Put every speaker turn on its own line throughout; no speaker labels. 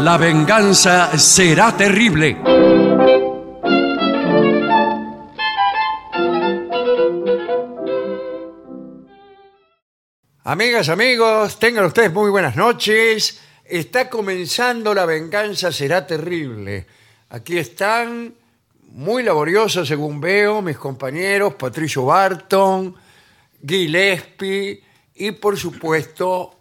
La venganza será terrible.
Amigas, amigos, tengan ustedes muy buenas noches. Está comenzando La Venganza Será Terrible. Aquí están, muy laboriosos según veo, mis compañeros Patricio Barton, Gillespie y por supuesto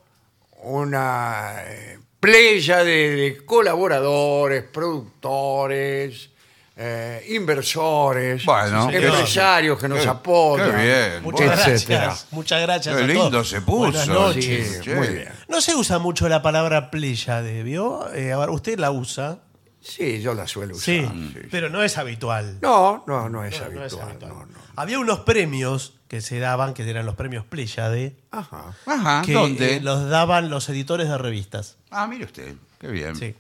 una eh, playa de, de colaboradores, productores, eh, inversores,
Bueno. Sí, señor.
empresarios que nos
Qué-
apoyan,
qué bien.
Muchas
etcétera.
gracias. Muchas gracias.
Qué
a
lindo
todos.
se puso.
Buenas noches.
Sí,
che.
muy bien.
No se usa mucho la palabra pléyade, ¿vio? Eh, ahora, usted la usa.
Sí, yo la suelo usar.
Sí,
Mm.
sí.
pero no es habitual.
No, no, no es
No, no
habitual.
es habitual.
no, no.
Había unos premios que se daban, que eran los premios pléyade,
Ajá.
Ajá,
que
Ah, ¿dónde?
eh, los daban los editores de revistas.
Ah, mire usted, qué bien.
Sí.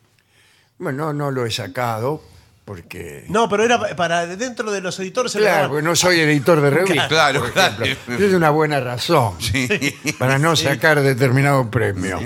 Bueno, no, no lo he sacado porque.
No, pero era pa- para dentro de los editores se los
claro,
daban.
porque no soy editor de revistas.
Claro,
por ejemplo.
claro.
Es una buena razón para no sacar determinado premio.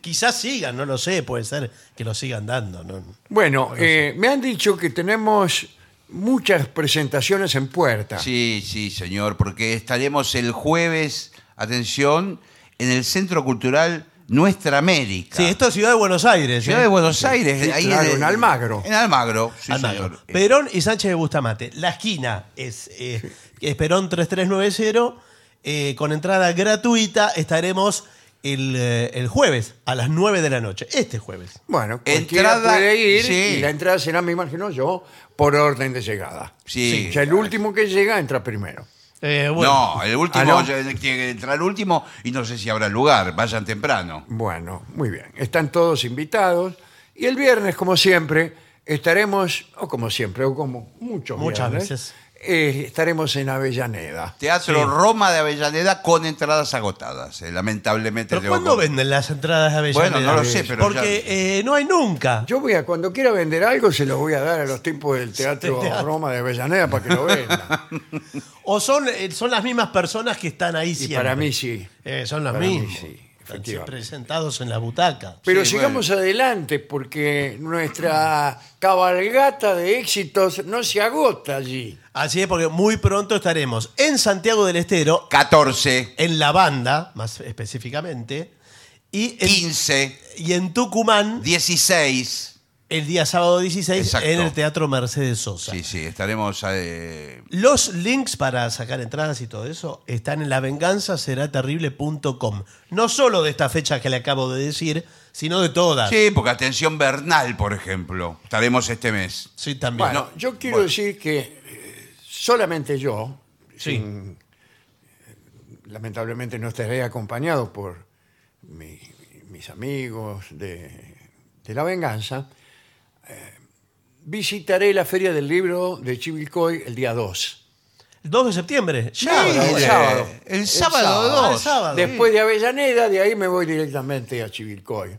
Quizás sigan, no lo sé, puede ser que lo sigan dando. ¿no?
Bueno, eh, me han dicho que tenemos muchas presentaciones en puerta.
Sí, sí, señor, porque estaremos el jueves, atención, en el Centro Cultural Nuestra América.
Sí, esto es Ciudad de Buenos Aires.
Ciudad
¿eh?
de Buenos Aires,
Sí,
ahí
claro,
de-
en Almagro.
En Almagro, sí,
Almagro.
señor. Eh,
Perón y Sánchez de Bustamante. La esquina es, eh, es Perón 3390. eh, con entrada gratuita estaremos el, eh, el jueves a las 9 de la noche. Este jueves.
Bueno, cualquiera
Entrada,
puede ir
sí.
y la entrada será, me imagino yo, por orden de llegada.
Sí.
O sea, el último que llega entra primero.
Eh,
No, el último,
Ah, ¿no?
ya tiene que entrar el último y no sé si habrá lugar, vayan temprano.
Bueno, muy bien. Están todos invitados. Y el viernes, como siempre, estaremos, o como siempre, o como muchos
Muchas
viernes,
veces.
eh, estaremos en Avellaneda.
Teatro
Sí.
Roma de Avellaneda con entradas agotadas, eh, lamentablemente.
¿Pero
tengo
cuándo
que-
venden las entradas de Avellaneda?
Bueno, no lo sé, pero
Porque eh, no hay nunca.
Yo voy a, cuando quiera vender algo, se lo voy a dar a los tipos del Teatro
Del teatro.
Roma de Avellaneda para que lo vendan.
O son, eh, son las mismas personas que están ahí
y
siempre.
para mí sí.
Eh, son las
para mí
mismas.
sí,
Están
efectivamente.
presentados en la butaca.
Pero
Sí,
sigamos adelante porque nuestra cabalgata de éxitos no se agota allí.
Así es, porque muy pronto estaremos en Santiago del Estero,
14,
en La Banda, más específicamente, y en,
15,
y en Tucumán
16.
el día sábado 16
Exacto.
en el Teatro Mercedes Sosa.
Sí, sí, estaremos. eh,
Los links para sacar entradas y todo eso están en lavenganzaseraterrible.com. No solo de esta fecha que le acabo de decir, sino de todas.
Sí, porque atención Bernal, por ejemplo, estaremos este mes.
Sí, también.
Bueno,
No,
yo quiero
bueno.
decir que eh, solamente yo,
Sí.
lamentablemente no estaré acompañado por mi- mis amigos de, de La Venganza, eh, visitaré la Feria del Libro de Chivilcoy el día 2.
El 2 de septiembre. Ya.
Sábado,
Mire,
el sábado.
eh, El sábado
sábado.
2.
Ah, el sábado.
Después de Avellaneda, de ahí me voy directamente a Chivilcoy.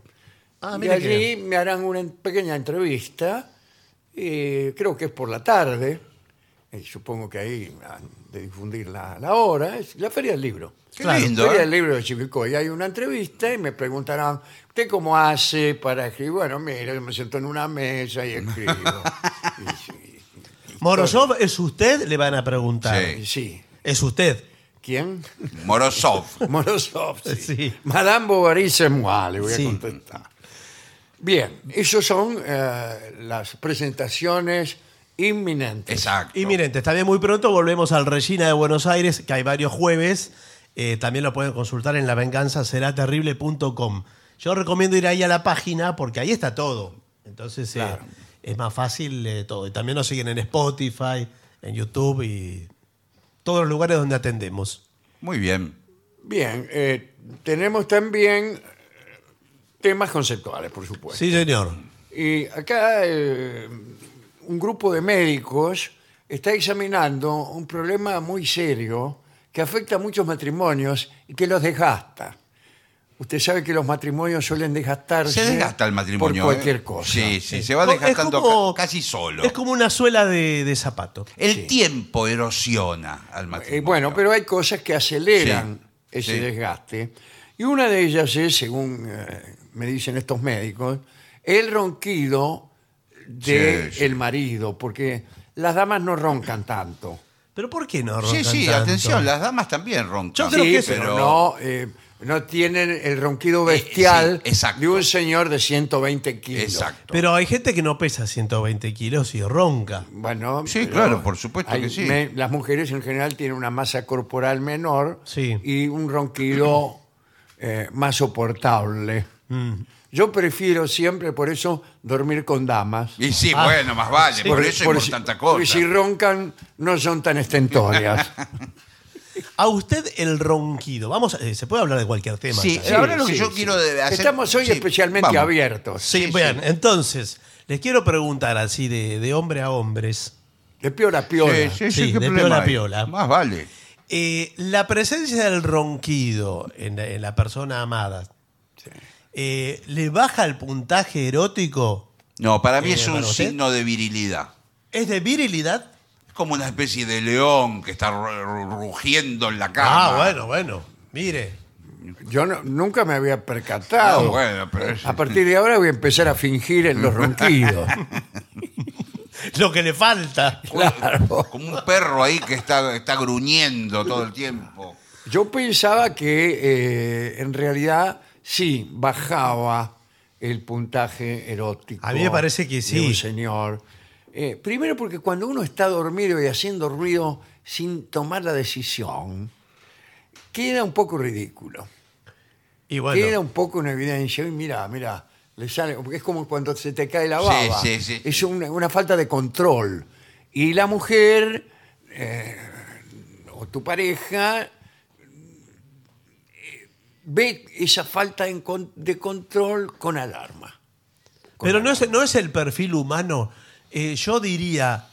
Ah,
y
mire
allí
qué bien.
me harán una en- pequeña entrevista, eh, creo que es por la tarde, eh, supongo que ahí han de difundir la, la hora, es la Feria del Libro.
Qué
Claro.
lindo.
Feria
¿eh?
del libro de Chivilcoy. Hay una entrevista y me preguntarán, ¿usted cómo hace para escribir? Bueno, mira, yo me siento en una mesa y escribo.
Morozov, ¿es usted? Le van a preguntar.
Sí.
Y sí.
¿Es usted?
¿Quién?
Morozov.
Morozov. Sí.
Sí.
Madame Bovary c'est moi, le voy
Sí.
a contestar. Bien, esos son eh, las presentaciones inminentes.
Exacto.
Y miren, también muy pronto volvemos al Regina de Buenos Aires, que hay varios jueves. Eh, también lo pueden consultar en lavenganzaseraterrible.com. Yo recomiendo ir ahí a la página porque ahí está todo. Entonces eh, es más fácil eh, todo. Y también nos siguen en Spotify, en YouTube y todos los lugares donde atendemos.
Muy bien.
Bien, eh, tenemos también eh, temas conceptuales, por supuesto.
Sí, señor.
Y acá eh, un grupo de médicos está examinando un problema muy serio que afecta a muchos matrimonios y que los desgasta. Usted sabe que los matrimonios suelen desgastarse
Se desgasta el matrimonio.
por
¿eh?
cualquier cosa.
Sí, sí, se va
Es
desgastando
como-
ca- casi solo.
Es como una suela de, de zapato.
El tiempo erosiona al
Eh,
matrimonio.
bueno, pero hay cosas que aceleran
Sí,
ese
sí.
desgaste. Y una de ellas es, según eh, me dicen estos médicos, el ronquido del
Sí, sí.
marido, porque las damas no roncan tanto.
¿Pero por qué no
Sí,
roncan
sí,
tanto?
atención, las damas también roncan.
Yo creo
sí,
que sí,
pero,
pero-
no, eh, no tienen el ronquido
Eh,
bestial
sí, exacto.
de un señor de 120 kilos.
Exacto.
Pero hay gente que no pesa 120 kilos y ronca.
Bueno,
Sí,
pero
claro, por supuesto que sí.
me- las mujeres en general tienen una masa corporal menor
Sí.
y un ronquido eh, más soportable.
Mm.
Yo prefiero siempre, por eso, dormir con damas.
Y sí,
Ah,
bueno, más vale, por,
Porque-
eso
porque
es
si-
por tanta
Porque
cosa.
si roncan, no son tan estentorias.
A usted el ronquido. Vamos, a- eh, se puede hablar de cualquier tema.
Sí,
acá, ¿eh?
Sí,
ahora lo que
sí,
yo
sí.
quiero de- hacer...
Estamos hoy
sí,
especialmente
vamos.
abiertos.
Sí, bien, entonces, les quiero preguntar así de, de hombre a hombres.
De piola a piola.
Sí, sí, sí,
Sí,
¿qué
de
problema
piola a
hay?
piola.
Más vale.
Eh, la presencia del ronquido en la, en la persona amada, eh, ¿le baja el puntaje erótico?
No, para mí
Eh,
es un
¿para usted?
signo de virilidad.
¿Es de virilidad?
Es como una especie de león que está ru- ru- rugiendo en la cama.
Ah, bueno, bueno. Mire.
Yo no- nunca me había
Ah,
percatado.
bueno, pero es-
A partir de ahora voy a empezar a fingir en los ronquidos.
Lo que le falta.
Claro.
como un perro ahí que está, está gruñendo todo el tiempo.
Yo pensaba que eh, en realidad sí bajaba el puntaje erótico.
A mí me parece que sí.
de un señor. Eh, primero porque cuando uno está dormido y haciendo ruido sin tomar la decisión, queda un poco ridículo.
Y bueno,
Queda un poco una evidencia. Y mira, mira, le sale. Porque es como cuando se te cae la baba.
Sí, sí, sí.
Es una, una falta de control. Y la mujer eh, o tu pareja eh, ve esa falta en con- de control con alarma.
pero no es, no es el perfil humano. Eh, yo diría,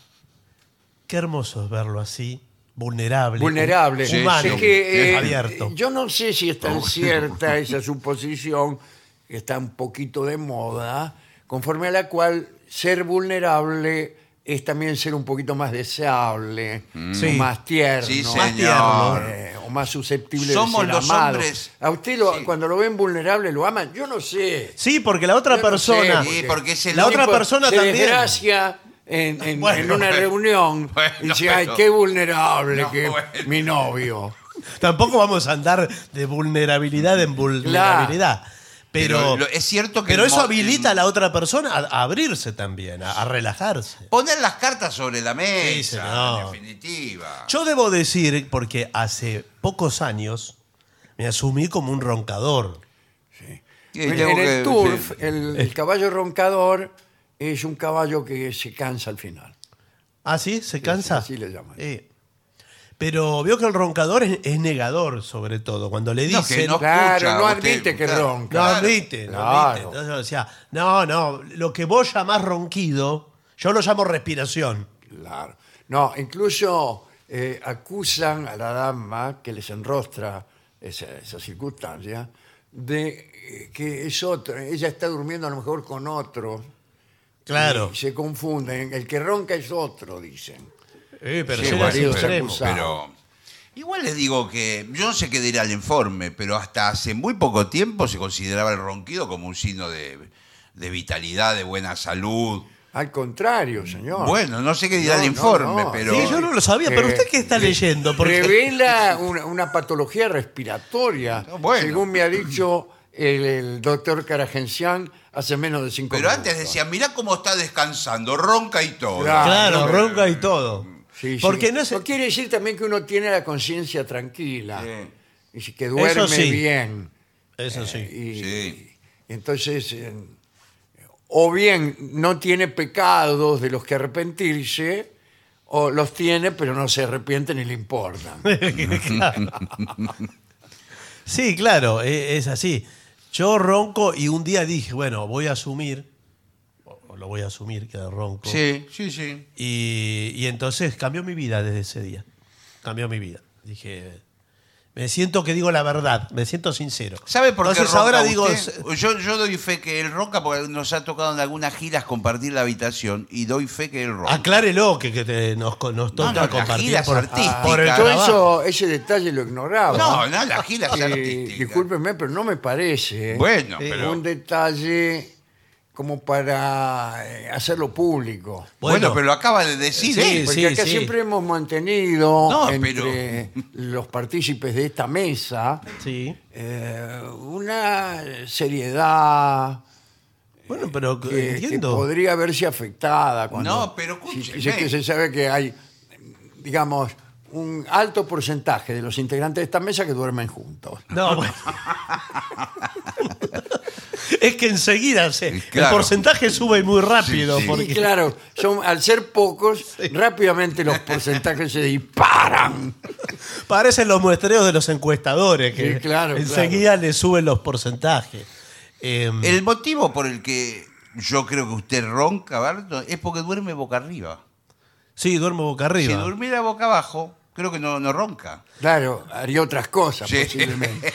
qué hermoso es verlo así, vulnerable.
Vulnerable.
Sí,
humano,
Es que, eh,
abierto.
Yo no sé si es tan
Oh.
cierta esa suposición, que está un poquito de moda, conforme a la cual ser vulnerable es también ser un poquito más deseable, o
Sí.
más tierno,
Mm. Sí,
Más
señor.
tierno.
eh, o más susceptible
Somos
de ser
los
amado.
hombres-
A usted lo-
Sí.
cuando lo ven vulnerable lo aman, yo no sé.
Sí, porque la otra
Yo no sé, eh,
persona.
Sí, porque es el
la otra
Tipo,
persona
se
también.
desgracia en, en-
Bueno,
en una
bueno.
reunión
Bueno,
y dice, ay,
pero-
qué vulnerable
No,
que
bueno.
mi novio.
Tampoco vamos a andar de vulnerabilidad en vulnerabilidad. Pero,
Pero lo- es cierto que
pero
el
eso
mo-
habilita
el-
a la otra persona a, a abrirse también, a, a relajarse.
Poner las cartas sobre la mesa,
señor.
en definitiva.
Yo debo decir, porque hace pocos años me asumí como un roncador.
Sí,
En,
tengo
en el
que-
turf,
sí.
el, el caballo roncador es un caballo que se cansa al final.
¿Ah, sí? ¿Se cansa?
sí, así le llaman.
Eh. Pero veo que el roncador es, es negador, sobre todo. Cuando le
No,
dicen.
que no
Claro,
escucha
no
a
admite que ronca.
No
claro.
admite, no
Claro.
admite. Entonces decía, no, no, lo que vos llamás ronquido, yo lo llamo respiración.
Claro. No, incluso eh, acusan a la dama que les enrostra esa, esa circunstancia de eh, que es otra, ella está durmiendo a lo mejor con otro.
Claro.
Y se confunden, el que ronca es otro, dicen.
Eh, pero
Sí,
yo
bueno,
era
pero-
extremo.
acusado.
pero- igual les digo que yo no sé qué dirá el informe, pero hasta hace muy poco tiempo se consideraba el ronquido como un signo de, de vitalidad, de buena salud.
Al contrario, señor.
Bueno, no sé qué dirá
No,
el
no,
informe,
no.
pero...
Sí, yo no lo sabía, pero
Eh,
usted qué está leyendo, porque
Revela una, una patología respiratoria.
No, bueno.
Según me ha dicho el, doctor Karagensian hace menos de cinco
Pero antes
minutos.
decían, mirá cómo está descansando, ronca y todo.
Claro.
claro,
no,
ronca y todo.
Sí, sí.
porque no es
Pero quiere decir también que uno tiene la conciencia tranquila.
Sí.
Y que duerme
sí.
bien.
eso sí.
Y,
Sí.
y entonces, eh, o bien no tiene pecados de los que arrepentirse, o los tiene, pero no se arrepienten ni le importan.
Sí, claro, e- es así. Yo ronco y un día dije, bueno, voy a asumir, o o lo voy a asumir que ronco.
Sí, sí, sí.
Y, y entonces cambió mi vida desde ese día. Cambió mi vida. Dije, me siento que digo la verdad, me siento sincero.
¿Sabe por
entonces
qué ronca
ahora
usted?
digo,
Yo, yo doy fe que él ronca porque nos ha tocado en algunas giras compartir la habitación y doy fe que él ronca.
aclárelo que, que te- nos, co- nos
No,
toca
no, las
compartir
giras
por,
artísticas.
por el
Yo
trabajo.
eso, ese detalle lo ignoraba.
No, no, la gira es
Eh,
artística.
discúlpeme, pero no me parece
Bueno,
eh,
pero-
un detalle como para eh, hacerlo público.
Bueno,
Bueno.
pero lo acaba de decir.
Sí,
él.
Porque
sí,
acá
sí.
siempre hemos mantenido
No,
entre los partícipes de esta mesa
Sí.
eh, una seriedad
Bueno, pero
que, que
entiendo.
podría verse afectada cuando
No, pero
si,
escúcheme.
si es que se sabe que hay digamos un alto porcentaje de los integrantes de esta mesa que duermen juntos.
No, bueno. es que enseguida se,
Claro.
el porcentaje sube muy rápido.
Sí, sí.
Y
Porque,
claro, son al ser pocos, rápidamente los porcentajes se disparan.
Parecen los muestreos de los encuestadores, que
Sí, claro,
enseguida le suben los porcentajes. Eh,
El motivo por el que yo creo que usted ronca, Barton, es porque duerme boca arriba.
sí, duermo boca arriba.
Si durmiera boca abajo, creo que no, no ronca.
Claro, haría otras cosas
Sí.
posiblemente.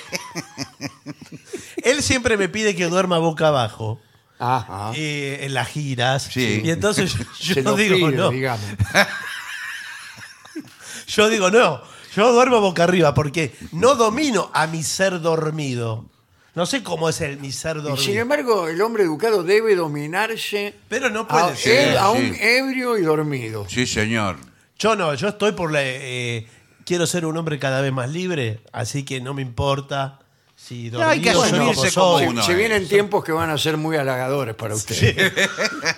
Él siempre me pide que duerma boca abajo
Ajá.
eh, en las giras.
Sí.
Y entonces
Ah.
yo, yo
Se lo
digo,
pido,
no.
digamos.
Yo digo, no, yo duermo boca arriba porque no domino a mi ser dormido. No sé cómo es el, mi ser
Y
dormido.
sin embargo, el hombre educado debe dominarse
Pero no puede
a-
ser,
él, aún
sí.
ebrio y dormido.
Sí, señor.
Yo no, yo estoy por la. eh, quiero ser un hombre cada vez más libre, así que no me importa si dormido
hay que
soy como
asumirse como
soy.
uno.
se
eh.
vienen tiempos que van a ser muy halagadores para ustedes.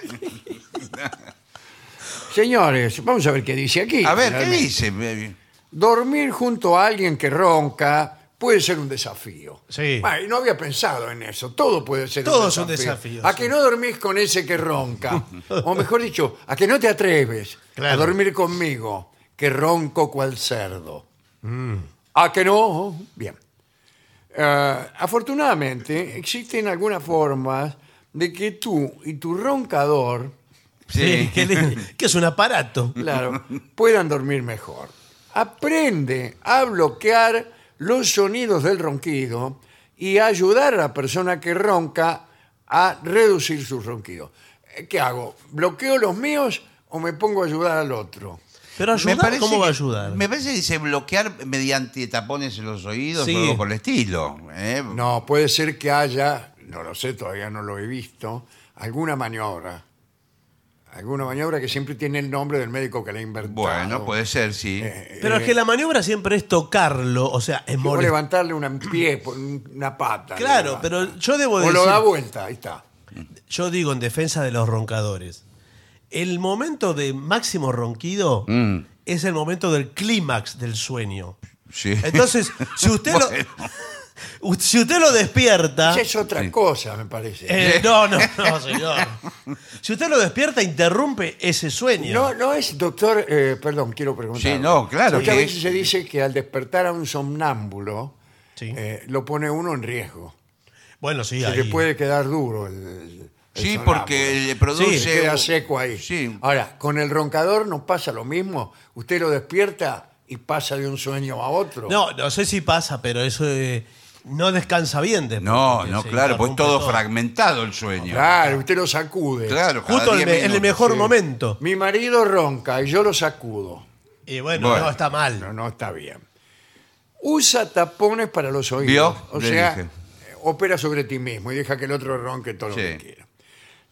Señores, vamos a ver qué dice aquí.
A ver, ¿qué
Realmente.
dice? baby?
Dormir junto a alguien que ronca puede ser un desafío.
Sí.
Ah, y no había pensado en eso. Todo puede ser
Todo
un
es un
desafío.
desafío,
A
sí.
que no dormís con ese que ronca. o mejor dicho, a que no te atreves a
Claro.
dormir conmigo, que ronco cual cerdo.
Mm.
A que no. Bien. Eh, afortunadamente, existen algunas formas de que tú y tu roncador
Sí,
Sí.
que, le- que es un aparato.
claro, puedan dormir mejor. Aprende a bloquear los sonidos del ronquido y a ayudar a la persona que ronca a reducir sus ronquidos. Eh, ¿Qué hago? ¿Bloqueo los míos o me pongo a ayudar al otro?
Pero ayudar, ¿cómo va a
que-
ayudar?
Me parece que dice bloquear mediante tapones en los oídos
Sí.
o algo por el estilo. ¿eh?
No, puede ser que haya, no lo sé, todavía no lo he visto, alguna maniobra. Alguna maniobra que siempre tiene el nombre del médico que la ha inventado.
Bueno, pues, puede ser, sí.
Pero
Eh,
es que la maniobra siempre es tocarlo, o sea, es
O
molestar.
levantarle un pie, por un- una pata.
Claro,
le levanta.
pero yo debo
O
decir.
lo da vuelta, ahí está.
Yo digo en defensa de los roncadores. El momento de máximo ronquido
Mm.
es el momento del clímax del sueño.
Sí.
Entonces, si usted
Bueno.
lo. u- Si usted lo despierta.
Esa es otra cosa, me parece.
Ah. eh, no, no, no, señor. Si usted lo despierta, interrumpe ese sueño.
No, no es, doctor, eh, perdón, quiero preguntar.
Sí, no, claro
Muchas
que-
veces se dice que al despertar a un somnámbulo,
Sí.
eh, lo pone uno en riesgo.
bueno, sí,
Se le
ahí.
puede quedar duro el- el
Sí,
somnámbulo.
porque le produce.
Sí,
Queda
un-
seco ahí.
Sí.
Ahora, con el roncador no pasa lo mismo. Usted lo despierta y pasa de un sueño a otro.
No, no sé si pasa, pero eso eh, no descansa bien después,
No,
porque
no,
se
claro, pues
interrumpe
todo, fragmentado el sueño.
Claro, usted lo sacude.
Claro, cada
Justo en el,
10
me- en el
minutos.
mejor
sí.
momento.
Mi marido ronca y yo lo sacudo.
Y bueno,
Bueno.
no, está mal.
No, no está bien. Usa tapones para los oídos.
¿Vio?
O
Le
sea,
dije.
eh, opera sobre ti mismo y deja que el otro ronque todo
Sí.
lo que quiera.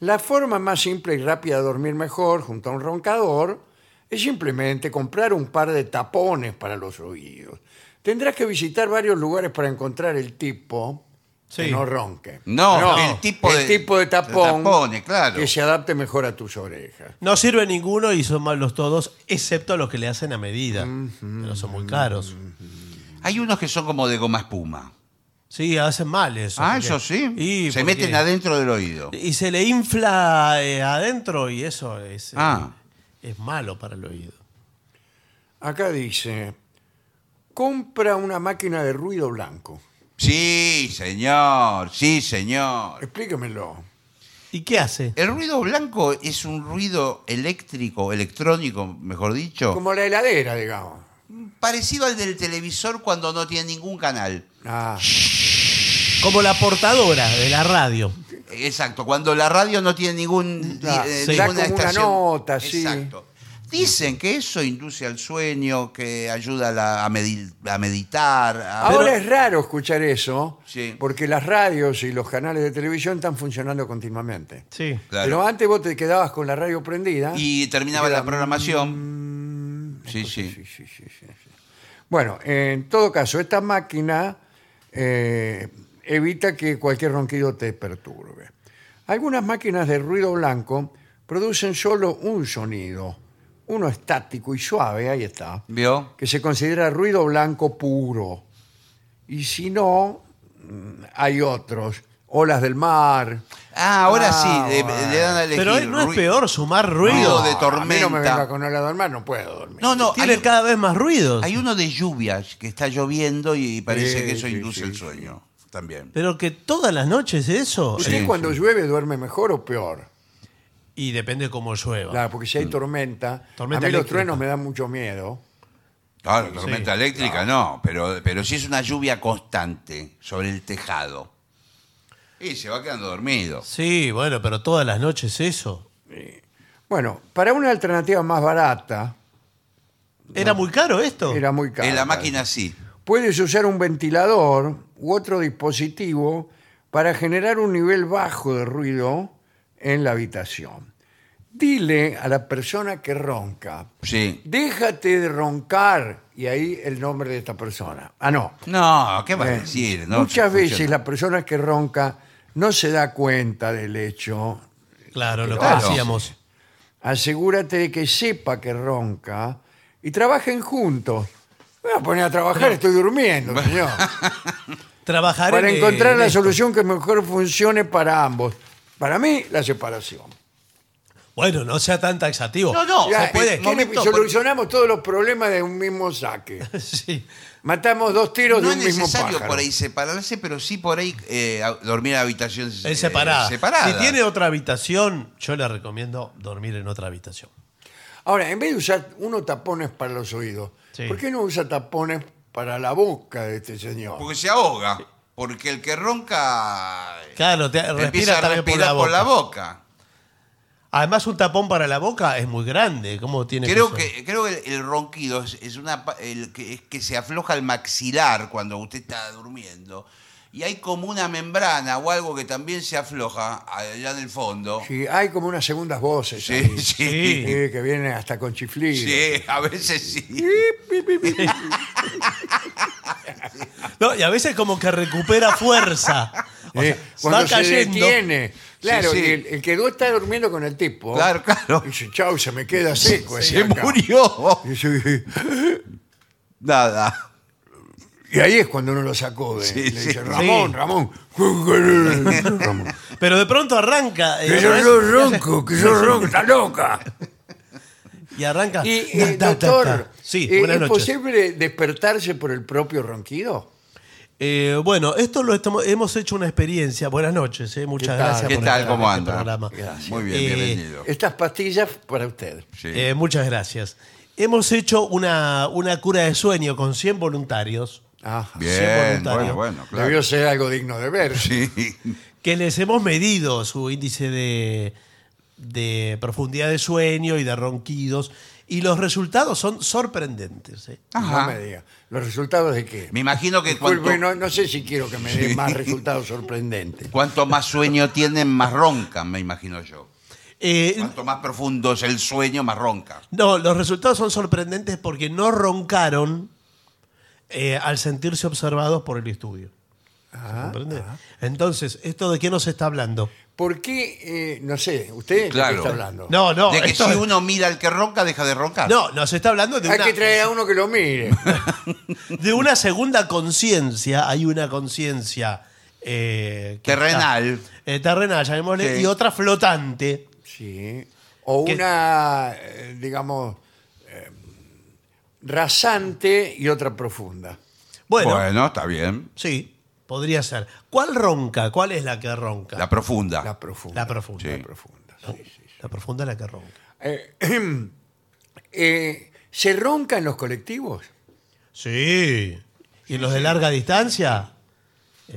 La forma más simple y rápida de dormir mejor junto a un roncador es simplemente comprar un par de tapones para los oídos. Tendrás que visitar varios lugares para encontrar el tipo que
Sí.
no ronque.
No, el tipo
el
de-
tipo de
de
tapón
tapones, claro.
que se adapte mejor a tus orejas.
No sirve ninguno y son malos todos, excepto los que le hacen a medida. Pero son muy caros.
Hay unos que son como de goma espuma.
Sí, hacen mal eso.
Ah,
porque-
eso sí.
Y
se
porque-
meten adentro del oído.
Y se le infla eh, adentro y eso es, eh,
Ah.
es malo para el oído.
Acá dice, compra una máquina de ruido blanco.
Sí, señor, sí, señor.
Explíquemelo.
¿Y qué hace?
El ruido blanco es un ruido eléctrico, electrónico, mejor dicho,
Como la heladera, digamos.
parecido al del televisor cuando no tiene ningún canal.
Ah,
Como la portadora de la radio.
Exacto, cuando la radio no tiene ningún
Ya,
eh,
sí. Da como una nota, sí.
Exacto. Dicen que eso induce al sueño, que ayuda a, la- a medi- a meditar. a-
Ahora es raro escuchar eso,
Sí.
porque las radios y los canales de televisión están funcionando continuamente.
Sí.
Claro.
Pero antes vos te quedabas con la radio prendida.
y terminaba la programación. Sí, sí.
Mm, Sí, sí, sí, sí, sí. Bueno, en todo caso, esta máquina eh, evita que cualquier ronquido te perturbe. Algunas máquinas de ruido blanco producen solo un sonido, uno estático y suave, ahí está,
¿Vio?
que se considera ruido blanco puro. Y si no, mm, hay otros, olas del mar.
Ah, ahora
Ah,
sí, le,
bueno.
le dan a elegir.
Pero es- no es
ru-
peor sumar ruido.
Ruido de
A mí no me
tormenta.
venga con olas del mar, no puedo dormir.
No, no,
Tiene
hay,
cada vez más ruidos.
hay uno de lluvias que está lloviendo y parece
Sí,
que eso
sí,
induce
sí,
el
sí.
sueño también.
Pero que todas las noches eso.
¿Usted
Sí,
cuando llueve duerme mejor o peor?
Y depende cómo llueva.
Claro, porque si hay tormenta,
Mm. Tormenta
a mí los
eléctrica.
truenos me dan mucho miedo.
Claro, tormenta eléctrica no, pero, pero sí es una lluvia constante sobre el tejado. Y se va quedando dormido.
Sí, bueno, pero todas las noches eso.
Bueno, para una alternativa más barata,
¿Era muy caro esto?
era muy cara.
en la máquina sí.
Puedes usar un ventilador u otro dispositivo para generar un nivel bajo de ruido en la habitación. Dile a la persona que ronca,
Sí.
déjate de roncar, y ahí el nombre de esta persona. Ah, no.
No, ¿qué vas a
Eh,
decir? No,
Muchas
funciona.
veces la persona que ronca no se da cuenta del hecho
Claro, lo
Claro.
que decíamos.
asegúrate de que sepa que ronca y trabajen juntos. Me voy a poner a trabajar, estoy durmiendo, señor.
Trabajaré.
Para
en-
encontrar
en
la
esto.
solución que mejor funcione para ambos. Para mí, la separación.
Bueno, no sea tan taxativo.
No, no,
Ya,
se puede.
eh,
Momento,
solucionamos todos los problemas de un mismo saque.
Sí.
eh, Matamos dos tiros
No
de
es
un mismo
necesario
pájaro.
por ahí separarse, pero sí por ahí eh, a- dormir en habitaciones eh,
Es separada.
separadas.
Si tiene otra habitación, yo le recomiendo dormir en otra habitación.
Ahora, en vez de usar uno tapones para los oídos,
Sí.
¿por qué no usa tapones para la boca de este señor?
Porque se ahoga. Porque el que ronca eh,
Claro, te
empieza
respira
a
también por la
respirar por la
boca.
boca.
Además, un tapón para la boca es muy grande. ¿Cómo tiene
Creo
ser?
que, creo que el, el ronquido es, es una pa- el que, es que se afloja el maxilar cuando usted está durmiendo. Y hay como una membrana o algo que también se afloja allá en el fondo.
Sí, hay como unas segundas voces ahí.
Sí, sí.
Sí.
Sí,
Sí,
que vienen hasta con chiflidos.
a veces sí.
No, y a veces como que recupera fuerza. O
Eh,
sea,
cuando
va cayendo.
se detiene. Claro,
Sí, sí.
y El, el que no está durmiendo con el tipo.
Claro, claro. pues,
Dice, chau, se me queda seco. ese
Se
acá".
murió.
Y, dice,
Nada.
y ahí es cuando uno lo sacude. Le
Sí,
dice,
sí.
Ramón,
Sí.
Ramón. Ramón.
Pero de pronto arranca. eh,
Que yo
¿ves?
no ronco, que yo ronco, está loca.
Y arranca.
Y,
Ta,
eh,
ta, ta,
doctor,
ta. Sí,
eh,
buenas
¿es
noches.
posible despertarse por el propio ronquido?
Eh, bueno, esto lo estamos- hemos hecho una experiencia. Buenas noches, eh, muchas
tal?
gracias
¿Qué
por
tal?
estar en
¿Cómo
este
anda?
programa.
Gracias.
Muy bien,
Eh,
bienvenido.
Estas pastillas para usted.
Sí.
eh, muchas gracias. Hemos hecho una, una cura de sueño con 100 voluntarios
Ah,
bien,
voluntario.
bueno, bueno, claro.
Debió ser algo digno de ver.
Sí.
que les hemos medido su índice de, de profundidad de sueño y de ronquidos y los resultados son sorprendentes. eh.
Ajá.
No me diga. ¿Los resultados de qué?
Me imagino que
Disculpe,
cuanto,
no, no sé si quiero que me dé más resultados sorprendentes.
cuanto más sueño tienen, más roncan, me imagino yo.
Eh,
Cuanto más profundo es el sueño, más ronca.
No, los resultados son sorprendentes porque no roncaron eh, al sentirse observados por el estudio. ¿Comprende? Entonces, ¿esto de qué nos está hablando?
¿Por qué? eh, no sé, usted
Claro.
de qué está hablando.
No, no,
de que
esto
si
es-
uno mira al que ronca, deja de roncar.
no, nos está hablando de
Hay
una,
que traer a uno que lo mire.
de una segunda conciencia. Hay una conciencia eh, que
Terrenal.
está- eh, terrenal, llamémosle,
Sí.
y otra flotante.
Sí. O
¿Qué?
una, eh, digamos, eh, rasante y otra profunda.
Bueno,
está bien.
sí, podría ser. ¿Cuál ronca? ¿Cuál es la que ronca?
La profunda.
La profunda.
La profunda.
Sí.
La profunda, sí, sí.
La profunda es la que ronca.
Eh, eh, ¿Se ronca en los colectivos?
Sí. ¿Y los de larga distancia?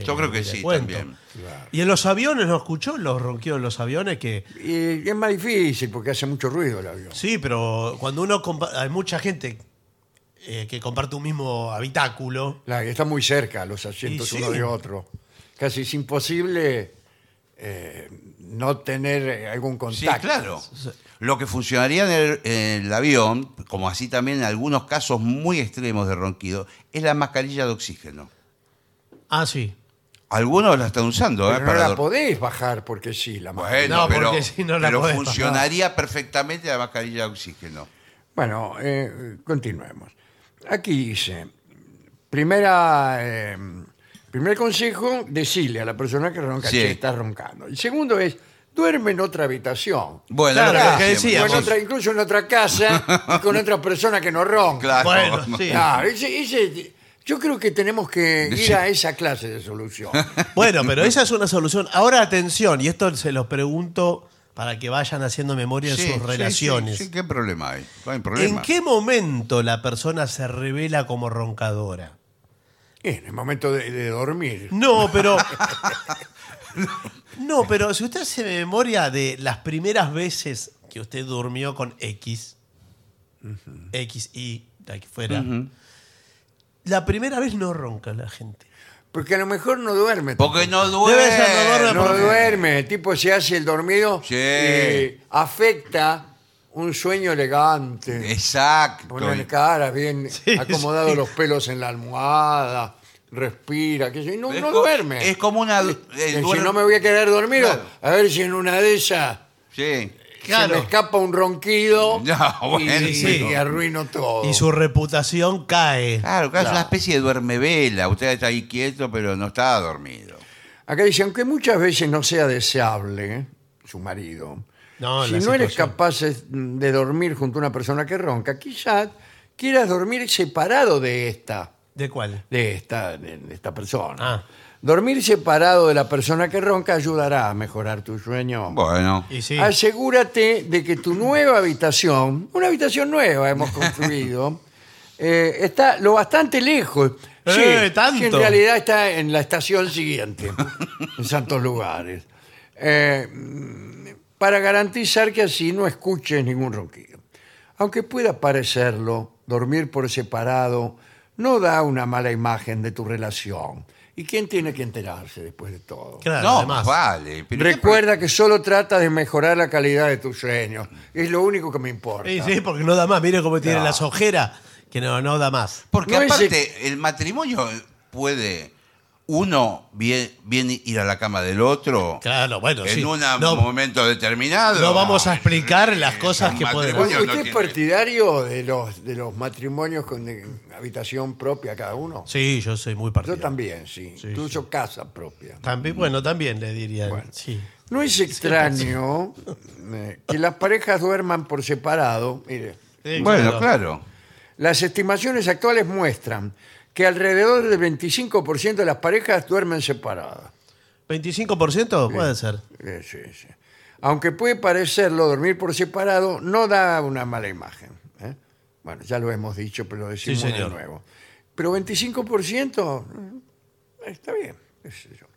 Yo creo que
le
sí,
eh, cuento.
también.
Y en los aviones, ¿no escuchó los ronquidos en los aviones? que
Y es más difícil porque hace mucho ruido el avión.
Sí, pero cuando uno... compa- Hay mucha gente eh, que comparte un mismo habitáculo.
Claro, y está muy cerca los asientos
Y sí.
uno de otro. Casi es imposible eh, no tener eh, algún
Sí,
contacto.
claro. eh, Lo que funcionaría en el, en el avión, como así también en algunos casos muy extremos de ronquido, es la mascarilla de oxígeno.
Ah, sí.
Algunos la están usando, ¿eh?
Pero no
para
la
dor-
podés bajar porque sí, la madre.
Bueno,
No,
pero,
porque si no la
pero
podés bajar.
funcionaría perfectamente la mascarilla de oxígeno.
Bueno, eh, continuemos. Aquí dice, primera, eh, primer consejo, decirle a la persona que ronca,
Sí.
"Che, está roncando. El segundo es, duerme en otra habitación.
Bueno,
Claro,
lo
lo que
siempre.
O
decíamos.
en otra- incluso en otra casa y con otra persona que no ronca.
Claro.
Bueno, sí.
Claro, Ah, ese- ese- yo creo que tenemos que
Sí.
ir a esa clase de solución.
Bueno, pero esa es una solución. Ahora, atención, y esto se los pregunto para que vayan haciendo memoria
Sí,
de
sí,
sus relaciones.
sí, sí, ¿Qué problema hay? No hay problema.
¿En qué momento la persona se revela como roncadora?
En el momento de, de dormir.
No, pero. No, pero si usted hace memoria de las primeras veces que usted durmió con X, X, Y, la que fuera, la primera vez no ronca la gente.
Porque a lo mejor no duerme.
Porque
tampoco.
no duerme.
Debe ser, no duerme,
No
porque-
duerme. El tipo se hace el dormido
Sí.
y afecta un sueño elegante.
Exacto.
Poner cara bien
Sí,
acomodado
sí.
los pelos en la almohada, respira, qué sé yo, y no,
Es
no
co-
duerme.
es como una- eh,
Eh, si
duerme-
no me voy a quedar dormido,
Claro.
a ver si en una de esas
Sí.
Claro.
se me escapa un ronquido
No, bueno.
y,
sí.
y arruino todo.
Y su reputación cae.
Claro, claro, es
Claro.
una especie de duerme vela. Usted está ahí quieto, pero no está dormido.
Acá dice, aunque muchas veces no sea deseable ¿eh? su marido,
No,
si
la
no eres
situación.
capaz es- de dormir junto a una persona que ronca, quizás quieras dormir separado de esta,
¿De cuál?
de esta, de de esta persona.
Ah.
Dormir separado de la persona que ronca ayudará a mejorar tu sueño.
Bueno.
Y sí.
Asegúrate de que tu nueva habitación, una habitación nueva hemos construido, eh, está lo bastante lejos.
Eh, tanto.
sí, en realidad está en la estación siguiente, en santos lugares. Eh, para garantizar que así no escuches ningún ronquido. Aunque pueda parecerlo, dormir por separado no da una mala imagen de tu relación. ¿Y quién tiene que enterarse después de todo?
Claro,
no,
además.
vale. pero ¿qué
Recuerda que solo trata de mejorar la calidad de tus sueños. Es lo único que me importa.
Sí, sí, porque no da más. Mire cómo tiene las ojeras, que no, no da más.
Porque
No es
aparte, el matrimonio puede uno bien, bien ir a la cama del otro
Claro, bueno,
en
sí.
un
No,
momento determinado.
no vamos a explicar las cosas
el
que pueden
matrimonio
¿Usted
no
es
tiene-
partidario de los, de los matrimonios con eh, habitación propia cada uno?
Sí, yo soy muy
Yo
partidario.
también, sí.
Sí,
Incluso casa propia.
También, bueno, también le diría. Sí.
No es extraño eh, que las parejas duerman por separado. Mire,
Sí,
Bueno, claro.
las estimaciones actuales muestran que alrededor del 25% de las parejas duermen separadas.
¿25% puede ser?
Eh, sí, sí. Aunque puede parecerlo, dormir por separado no da una mala imagen. ¿eh? Bueno, ya lo hemos dicho, pero lo decimos de
señor.
nuevo. Pero 25% mm, está bien. qué sé yo.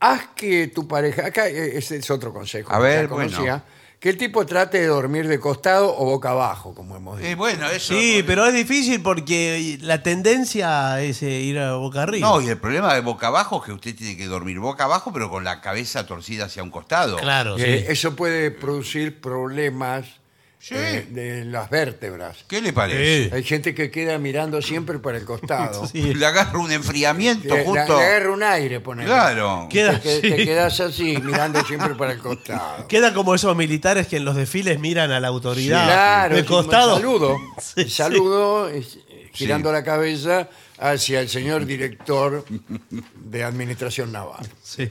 Haz que tu pareja, acá eh, ese es otro consejo,
A
que
ver,
ya conocía,
bueno.
que el tipo trate de dormir de costado o boca abajo, como hemos dicho.
Eh, bueno, eso.
Sí, pero es difícil porque la tendencia es eh, ir a boca arriba.
No, y el problema de boca abajo es que usted tiene que dormir boca abajo, pero con la cabeza torcida hacia un costado.
claro, sí.
Eh, Eso puede producir problemas
Sí.
eh, de las vértebras.
¿Qué le parece?
Sí.
Hay gente que queda mirando siempre para el costado.
Sí.
Le agarra un
Te-
enfriamiento
la-
justo.
Le agarra un aire, ponele.
Claro.
¿Qué? Queda
te, que- te
así.
quedás así, mirando siempre para el costado.
Queda como esos militares que en los desfiles miran a la autoridad.
Claro,
de
es como el
costado.
saludo.
Sí,
El saludo es, eh, girando la cabeza hacia el señor director de Administración Naval.
Sí.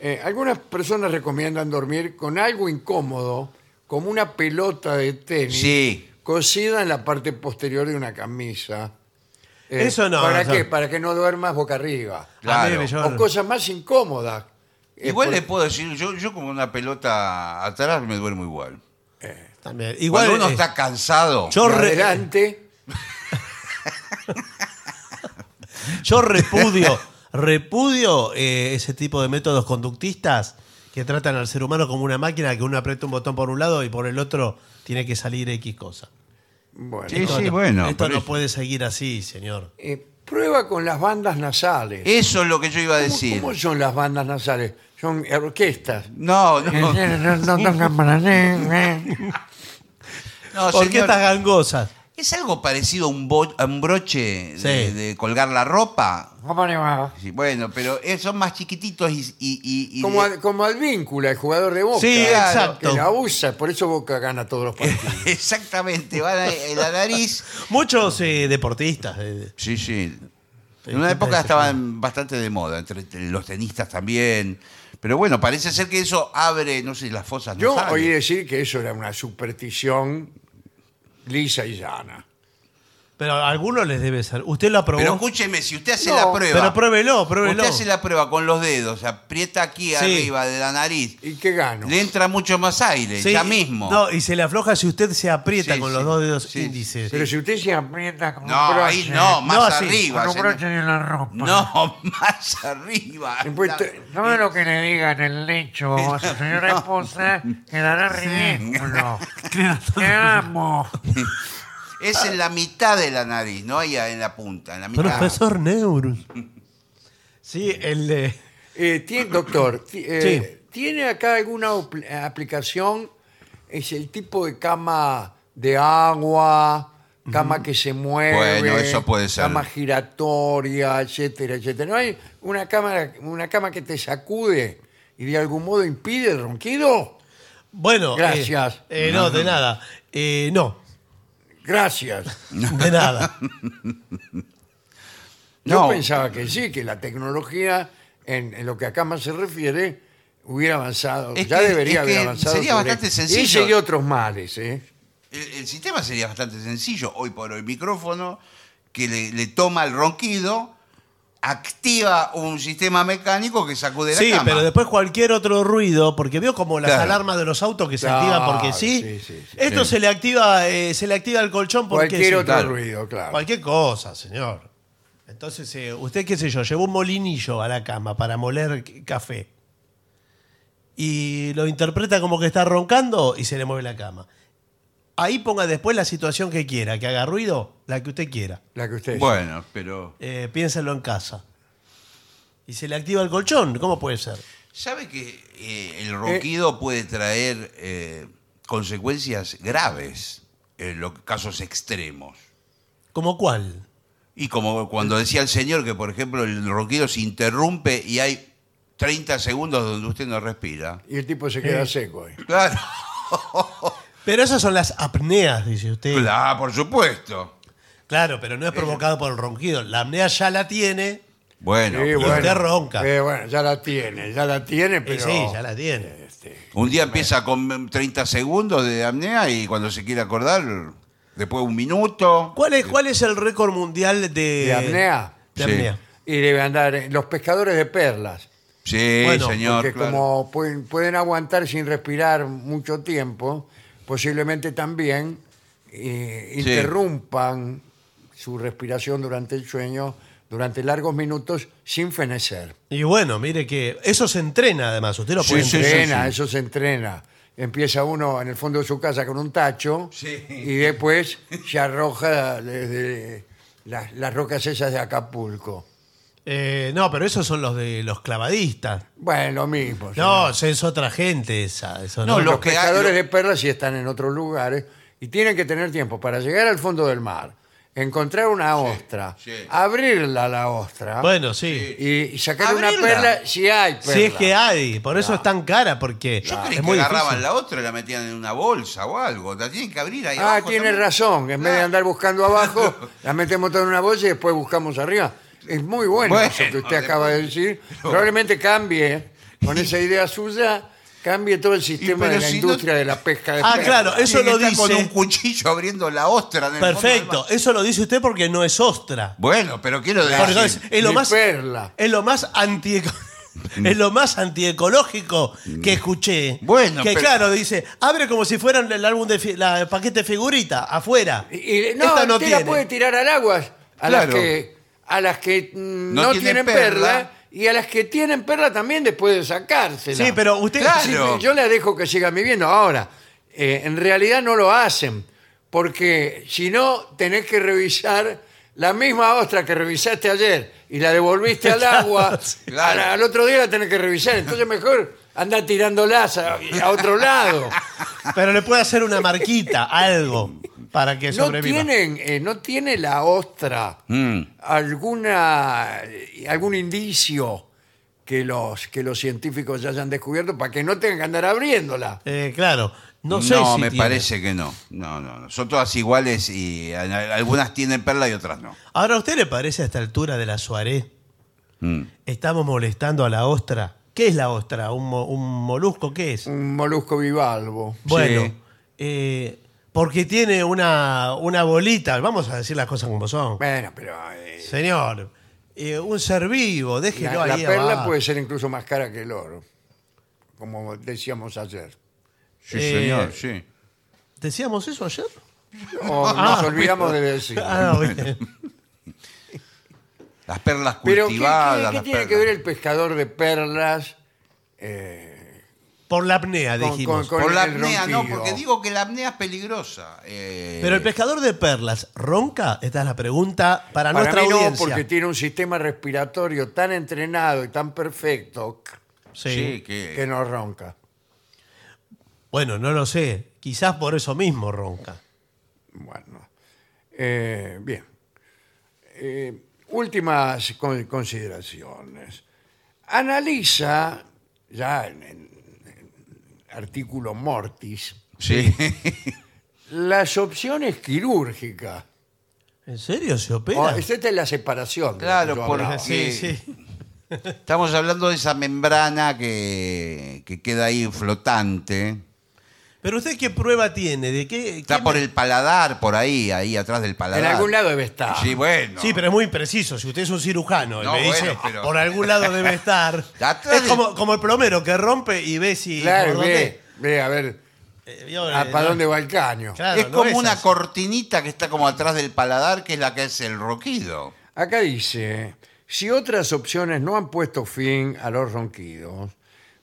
Eh, algunas personas recomiendan dormir con algo incómodo, como una pelota de tenis
Sí.
cosida en la parte posterior de una camisa. Eh,
Eso no,
¿Para
no.
qué? Para que no duermas boca arriba.
Claro.
A mí me llama-
O cosas más incómodas. Eh,
Igual
por-
le puedo decir, yo, yo como una pelota atrás me duermo igual.
También. Igual,
Cuando uno
eh,
está cansado.
yo, re-
adelante.
yo repudio Repudio eh, ese tipo de métodos conductistas que tratan al ser humano como una máquina que uno aprieta un botón por un lado y por el otro tiene que salir X cosa.
Bueno.
Sí, sí, bueno.
Esto
por
no
eso.
puede seguir así, señor.
Eh, prueba con las bandas nasales.
Eso es lo que yo iba a
¿Cómo-
decir.
¿Cómo, son las bandas nasales? Son orquestas.
No, no, no, señor.
Orquestas gangosas.
¿Es algo parecido a un, bo- a un broche de,
Sí.
de colgar la ropa?
¿Cómo le va?
Sí, bueno, pero eh, son más chiquititos y... y- y- y-
Como, al- como Advíncula, el jugador de
Oh,
Boca.
Sí, ah, exacto.
Que la usa, por eso Boca gana todos los partidos.
Exactamente, van a, en la nariz.
Muchos eh, deportistas. eh,
Sí, sí. En una época estaban bastante de moda, entre t- los tenistas también. Pero bueno, parece ser que eso abre, no sé, las fosas.
Yo
nasales.
oí decir que eso era una superstición lisa y llana.
pero a algunos les debe ser. Usted lo aprobó.
Pero escúcheme, si usted hace
No,
la prueba...
Pero pruébelo, pruébelo.
Usted hace la prueba con los dedos, aprieta aquí arriba de la nariz,
¿Y qué gano?
le entra mucho más aire,
Sí,
ya mismo.
No, y se le afloja si usted se aprieta
Sí,
con
sí.
los dos dedos
Sí,
índices.
Pero si usted se aprieta con
No,
un broche,
ahí no, más
No, así,
arriba.
con un
señor.
broche de la ropa.
No, más arriba.
Y pues te-
Todo lo que le diga en el lecho a su señora esposa quedará ridículo. Te amo.
Es en la mitad de la nariz, no ahí en la punta, en la mitad.
Profesor Neurus. Sí, el de.
Eh, tiene, doctor, ti- eh, ¿tiene acá alguna opl- eh, aplicación? Es el tipo de cama de agua, cama que se mueve,
Bueno, eso puede ser.
cama giratoria, etcétera, etcétera. ¿No hay una cama, una cama que te sacude y de algún modo impide el ronquido?
Bueno. eh,
Gracias.
eh, no, de nada. Eh, no,
Gracias.
de nada.
Yo
No.
pensaba que sí, que la tecnología, en, en lo que a cama se refiere, hubiera avanzado.
Es
ya
que-
debería
es
haber
que
avanzado.
sería
sobre-
bastante sencillo.
Ese y otros males, ¿eh?
El, el sistema sería bastante sencillo. Hoy por hoy, micrófono que le, le toma el ronquido, activa un sistema mecánico que sacude
Sí,
la cama.
pero después cualquier otro ruido, porque veo como las
Claro.
alarmas de los autos que se
Claro,
activan porque sí.
sí, sí, sí.
Esto se le activa, eh, se le activa el colchón porque
Cualquier
sí.
otro
claro.
ruido, claro.
Cualquier cosa, señor. Entonces, eh, usted, qué sé yo, llevó un molinillo a la cama para moler c- café. Y lo interpreta como que está roncando y se le mueve la cama. Ahí ponga después la situación que quiera, que haga ruido, la que usted quiera.
La que usted
Bueno, pero...
Eh, piénselo en casa. Y se le activa el colchón, ¿cómo puede ser?
¿Sabe que eh, el ronquido puede traer eh, consecuencias graves en los casos extremos?
¿Como cuál?
Y como cuando decía el señor que, por ejemplo, el ronquido se interrumpe y hay 30 segundos donde usted no respira.
Y el tipo se queda seco. ahí.
Claro,
Pero esas son las apneas, dice usted.
claro ah, Eh, por supuesto.
Claro, pero no es provocado por el ronquido. La apnea ya la tiene. eh,
Bueno,
Sí,
pero
bueno. usted ronca.
Eh, bueno, ya la tiene, ya la tiene,
Y
pero.
sí, ya la tiene.
este,
un día empieza con 30 segundos de apnea y cuando se quiere acordar, después un minuto.
¿Cuál es, cuál es el récord mundial de,
¿De apnea?
de
Sí.
apnea?
Y debe andar. eh, Los pescadores de perlas.
Sí,
Bueno,
señor.
Porque
claro.
como pueden, pueden aguantar sin respirar mucho tiempo, posiblemente también eh,
Sí.
interrumpan su respiración durante el sueño durante largos minutos sin fenecer.
Y bueno, mire que eso se entrena además. Usted lo
Sí,
puede
sí,
entrenar.
entrena, eso se entrena. Empieza uno en el fondo de su casa con un tacho
Sí.
y después se arroja desde las, las rocas esas de Acapulco.
Eh, no, pero esos son los de los clavadistas.
Bueno, lo mismo. señor.
No, esa es otra gente esa. eso
No,
no,
lo-
los
los que hay-
pescadores
lo-
de perlas sí están en otros lugares y tienen que tener tiempo para llegar al fondo del mar, encontrar una ostra,
sí.
abrirla a la ostra
Bueno, sí.
y y sacar una
Abrirla.
perla si hay perla.
Si es que hay, por eso es tan cara, porque
Yo creí
es
que
muy
agarraban
difícil.
la otra y la metían en una bolsa o algo. La tienen que abrir ahí.
Ah,
abajo
tiene
también.
razón. En vez de
Claro.
andar buscando abajo, la metemos toda en una bolsa y después buscamos arriba. Es muy bueno,
Bueno,
eso que usted
de-
acaba de decir. Probablemente cambie, con esa idea suya, cambie todo el sistema
pero
de la
si no-
industria de la pesca de
Ah,
perlas.
claro, eso
Tiene
lo
que estar Con
dice.
un cuchillo abriendo la ostra. en el fondo del mar.
Perfecto, eso lo dice usted porque no es ostra.
Bueno, pero quiero
Porque
decir.
es, es lo
Ni
más
perla.
es lo más anti es lo más antiecológico que escuché.
Bueno,
que
pero-
claro dice abre como si fueran el álbum de fi- la el paquete de figurita afuera.
Y, y- no,
Esta no
usted la
tiene.
puede tirar al agua, a las
Claro.
que a las que mm, no,
No tienen
tienen perla,
perla.
y a las que tienen perla también después de sacársela.
Sí, pero usted.
Claro.
Sí, yo la dejo que siga viviendo. Ahora, eh, en realidad no lo hacen, porque si no, tenés que revisar la misma ostra que revisaste ayer y la devolviste al agua,
Claro.
al, al otro día la tenés que revisar. Entonces mejor anda tirándolas a, a otro lado.
Pero le puede hacer una marquita, algo, para que
No
sobreviva.
tienen, eh, no tiene la ostra
Mm.
alguna algún indicio que los que los científicos ya hayan descubierto para que no tengan que andar abriéndola.
Eh, claro. No
No,
sé si
me
tiene.
parece que no. No, no, no. Son todas iguales y al- algunas tienen perla y otras no.
Ahora, ¿a usted le parece a esta altura de la soirée?
Mm.
Estamos molestando a la ostra. ¿Qué es la ostra? ¿Un, mo- un molusco? ¿Qué es?
Un molusco bivalvo.
Bueno,
Sí.
eh, porque tiene una, una bolita. Vamos a decir las cosas como son.
Bueno, pero eh,
Señor, eh, un ser vivo,
la,
déjelo
la
ahí
perla
abajo.
puede ser incluso más cara que el oro, como decíamos ayer.
Sí,
Eh,
señor, sí.
¿Decíamos eso ayer?
O nos olvidamos de decir.
Ah, bueno.
Las perlas
Pero ¿qué, qué-
cultivadas.
qué
las
tiene que
perlas-
ver el pescador de perlas eh,
Por la apnea,
Con-
dijimos.
con-
Por la
el
apnea, no,
ronquido?
porque digo que la apnea es peligrosa. eh.
Pero el pescador de perlas, ¿ronca? Esta es la pregunta para,
Para
nuestra
mí no,
audiencia.
porque tiene un sistema respiratorio tan entrenado y tan perfecto
Sí.
Sí,
que
que.
no ronca.
Bueno, no lo sé. Quizás por eso mismo ronca.
Bueno, eh, bien. Eh, últimas con- consideraciones. Analiza, ya en el artículo mortis,
Sí.
las opciones quirúrgicas.
¿En serio se
O,
opera?
esta es la separación. de la
Claro,
que yo
por-
hablaba.
Sí, sí.
Estamos hablando de esa membrana que, que queda ahí flotante.
Pero usted qué prueba tiene de qué.
Está
qué
por
me-
el paladar, por ahí, ahí atrás del paladar.
En algún lado debe estar.
Sí, bueno.
Sí, pero es muy preciso. Si usted es un cirujano y
No,
me dice
bueno, pero-
por algún lado debe estar.
Atrás
es
de-
como, como el plomero que rompe y ve si.
Claro,
por
ve,
dónde-
ve, a ver,
Eh, yo,
a-
eh,
¿para
no.
dónde va el caño?
Claro,
es
no
como una
así.
cortinita que está como atrás del paladar, que es la que es el roquido.
Acá dice, si otras opciones no han puesto fin a los ronquidos,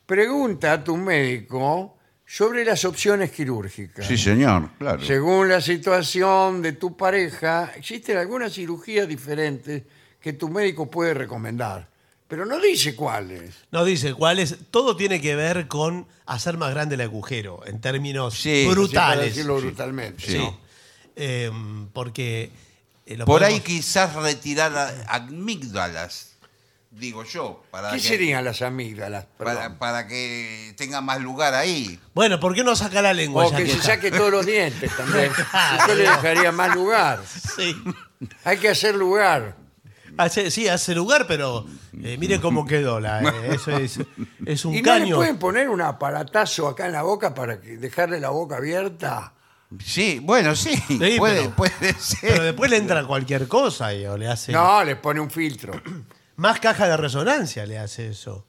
pregunta a tu médico sobre las opciones quirúrgicas.
señor, claro.
Según la situación de tu pareja, existen algunas cirugías diferentes que tu médico puede recomendar, pero no dice cuáles.
No dice cuál es. Todo tiene que ver con hacer más grande el agujero, en términos
Sí,
Para
brutales.
decirlo brutalmente.
Sí.
¿no?
Eh, porque. eh, lo
Por ahí
podemos-
quizás retirar a- amígdalas, digo yo, para
¿Qué
que,
serían las amígdalas?
para,
Perdón.
para que tenga más lugar ahí.
Bueno, ¿por qué no saca la lengua?
O
Pues ya
que
que
se
está?
saque todos los dientes también. Eso le dejaría más lugar.
Sí.
Hay que hacer lugar.
Hace- sí, hace lugar, pero eh, mire cómo quedó la. eh, eso es, es un
¿Y no le
caño.
pueden poner un aparatazo acá en la boca para que dejarle la boca abierta?
Sí, bueno, sí,
Sí,
puede,
pero-
puede ser.
Pero después le
eh.
entra cualquier cosa y o le hace.
No, le pone un filtro.
Más caja de resonancia le hace eso.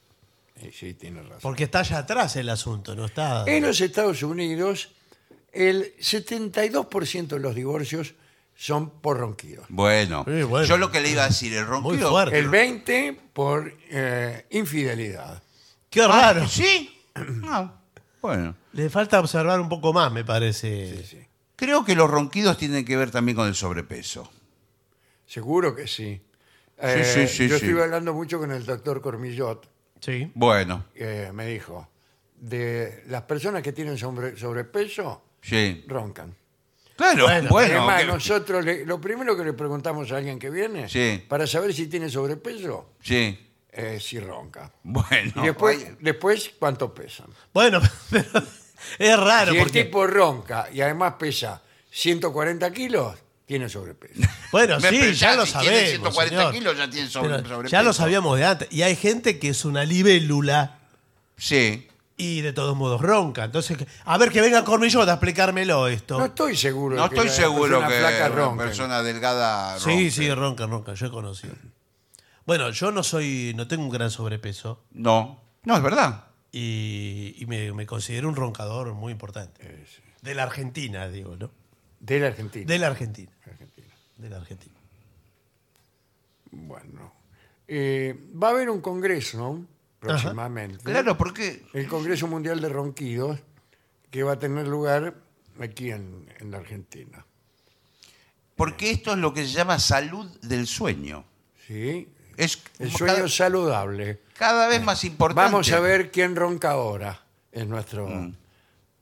Eh, sí, tiene razón.
Porque está allá atrás el asunto, no está.
En los Estados Unidos, el 72% de los divorcios son por ronquidos.
Bueno,
Sí, bueno.
yo lo que le iba a decir, el ronquido.
fuerte.
El 20% por eh, infidelidad.
Qué
Ah,
raro.
sí. No. Bueno,
Le falta observar un poco más, me parece.
creo que los ronquidos tienen que ver también con el sobrepeso.
Seguro que sí. Eh,
sí, sí,
yo
sí.
estuve hablando mucho con el doctor Cormillot.
Sí.
Bueno,
que me dijo, de las personas que tienen sobre- sobrepeso,
sí.
roncan.
Claro,
Bueno,
bueno.
Además,
que-
nosotros le- lo primero que le preguntamos a alguien que viene,
Sí.
para saber si tiene sobrepeso,
Sí,
es si ronca.
bueno.
y después, después cuánto pesan.
Bueno, pero es raro.
si
porque,
el tipo ronca y además pesa 140 kilos, tiene sobrepeso.
bueno,
Me
sí,
pensás,
ya lo
si tiene
sabemos.
140
señor.
kilos ya tiene sobre-
Pero
sobrepeso.
Ya lo sabíamos de antes. Y hay gente que es una libélula
Sí.
y de todos modos ronca. Entonces, que- a ver que venga Cormillota a explicármelo esto.
No estoy seguro.
No
de que
estoy
la
seguro
persona
que
flaca
una
ronque.
persona delgada
sí,
ronque.
sí, ronca, ronca. Yo he conocido. Bueno, yo no soy, no tengo un gran sobrepeso
No, no, es verdad.
y, y me, me considero un roncador muy importante. De la Argentina, digo, ¿no?
De la Argentina.
De la Argentina.
Argentina.
De la Argentina.
Bueno, eh, va a haber un congreso próximamente.
Claro, porque
El Congreso Mundial de Ronquidos, que va a tener lugar aquí en, en la Argentina.
porque esto es lo que se llama salud del sueño.
¿sí?
Es
El
ca-
sueño
cada,
saludable.
vez más importante.
Vamos a ver quién ronca ahora, es nuestro
Mm.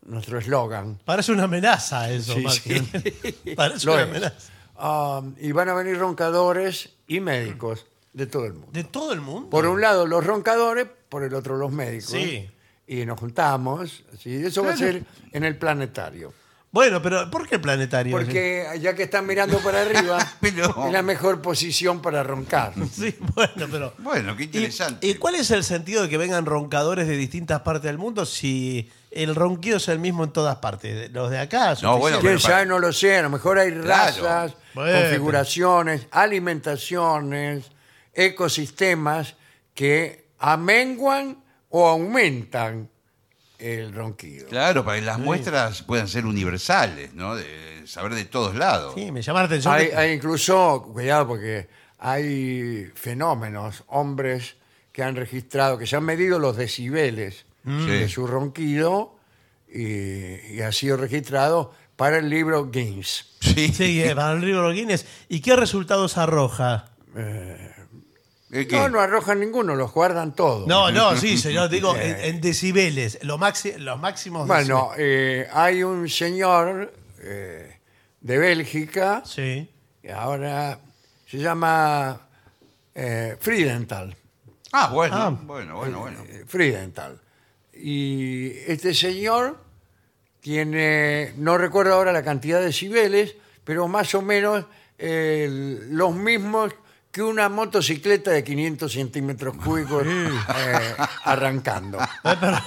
nuestro eslogan.
Parece una amenaza eso,
Sí,
Martín. Parece
Lo
una
es.
amenaza.
Ah, y van a venir roncadores y médicos de todo el mundo.
¿De todo el mundo?
Por un lado los roncadores, por el otro los médicos.
Sí.
Y nos juntamos. ¿sí? Eso va a
Claro.
ser en el planetario.
Bueno, pero ¿por qué planetario?
Porque ya que están mirando para arriba,
Pero-
es la mejor posición para roncar.
Sí, bueno, pero...
Bueno, qué
¿Y-
interesante.
¿Y, cuál es el sentido de que vengan roncadores de distintas partes del mundo si el ronquido es el mismo en todas partes? Los de acá... son-
No, bueno,
Quién
pero para-
sabe, no lo sé. A lo mejor hay razas,
Bueno.
configuraciones, alimentaciones, ecosistemas que amenguan o aumentan el ronquido.
Claro, para que las muestras puedan ser universales, ¿no? De saber de todos lados.
Sí, me llama la atención.
Hay,
que-
hay incluso, cuidado, porque hay fenómenos, hombres que han registrado, que se han medido los decibeles de
Mm. Sí.
su ronquido y, y ha sido registrado para el libro Guinness.
Sí.
Sí, eh, para el río Guinness. ¿Y qué resultados arroja?
¿Qué- qué?
No, no arrojan ninguno, los guardan todos.
No, no, sí, señor, digo, en, en decibeles, lo maxi- los máximos
Bueno, eh, hay un señor eh, de Bélgica,
decibeles. Sí.
que ahora se llama eh, Friedenthal.
Ah, bueno,
Ah.
bueno, bueno, bueno.
eh, Friedenthal. Y este señor tiene, no recuerdo ahora la cantidad de decibeles, pero más o menos eh, los mismos que una motocicleta de 500 centímetros cúbicos eh, arrancando.
Eh, Pero,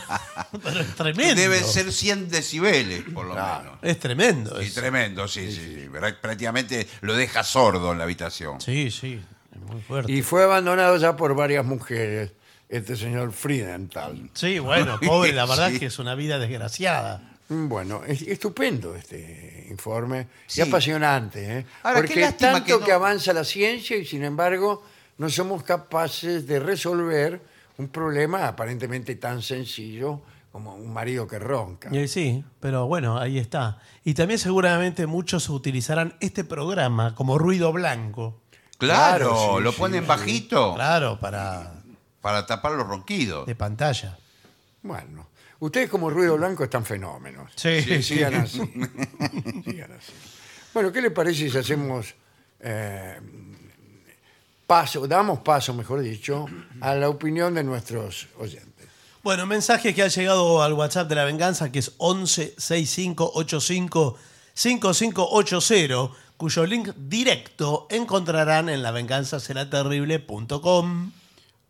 pero es tremendo.
Deben ser 100 decibeles, por lo menos.
Es tremendo.
Pues
Sí,
eso.
tremendo, sí, sí, sí. Prá- Prácticamente lo deja sordo en la habitación.
Sí, sí, es muy fuerte.
Y fue abandonado ya por varias mujeres, este señor Friedenthal.
Sí, bueno, pobre, la verdad
Sí.
es que es una vida desgraciada.
Mm, Bueno, es estupendo este informe
Sí.
y apasionante, ¿eh?
Ahora, qué
porque es
lástima
tanto que,
que no-
avanza la ciencia y sin embargo no somos capaces de resolver un problema aparentemente tan sencillo como un marido que ronca.
Y sí, pero bueno, ahí está. Y también seguramente muchos utilizarán este programa como ruido blanco.
Claro,
Claro, sí,
lo
sí,
ponen
sí.
bajito
Claro, para
para tapar los ronquidos.
de pantalla.
Bueno, ustedes como Ruido Blanco están fenómenos.
Sí, sí.
Sigan así. Sigan así. Bueno, ¿qué le parece si hacemos eh, paso, damos paso, mejor dicho, a la opinión de nuestros oyentes?
Bueno, mensaje que ha llegado al WhatsApp de la venganza, que es 11 65 85 5580, cuyo link directo encontrarán en lavenganzaseraterrible.com.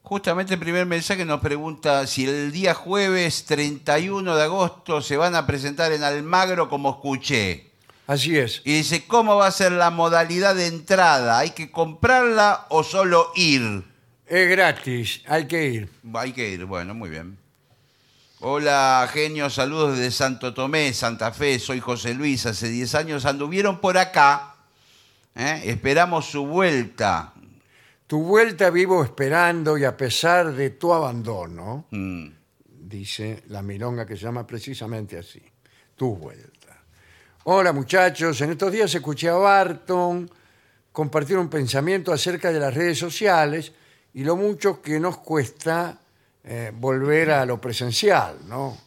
Justamente el primer mensaje nos pregunta si el día jueves 31 de agosto se van a presentar en Almagro como escuché.
Así es.
Y dice, ¿cómo va a ser la modalidad de entrada? ¿Hay que comprarla o solo ir?
Es gratis, hay que ir.
Hay que ir, bueno, muy bien. Hola, genio, saludos desde Santo Tomé, Santa Fe, soy José Luis, hace 10 años anduvieron por acá, ¿eh? esperamos su vuelta.
Tu vuelta vivo esperando y a pesar de tu abandono,
Mm.
dice la milonga que se llama precisamente así, tu vuelta. Hola muchachos, en estos días escuché a Barton compartir un pensamiento acerca de las redes sociales y lo mucho que nos cuesta eh, volver a lo presencial, ¿no?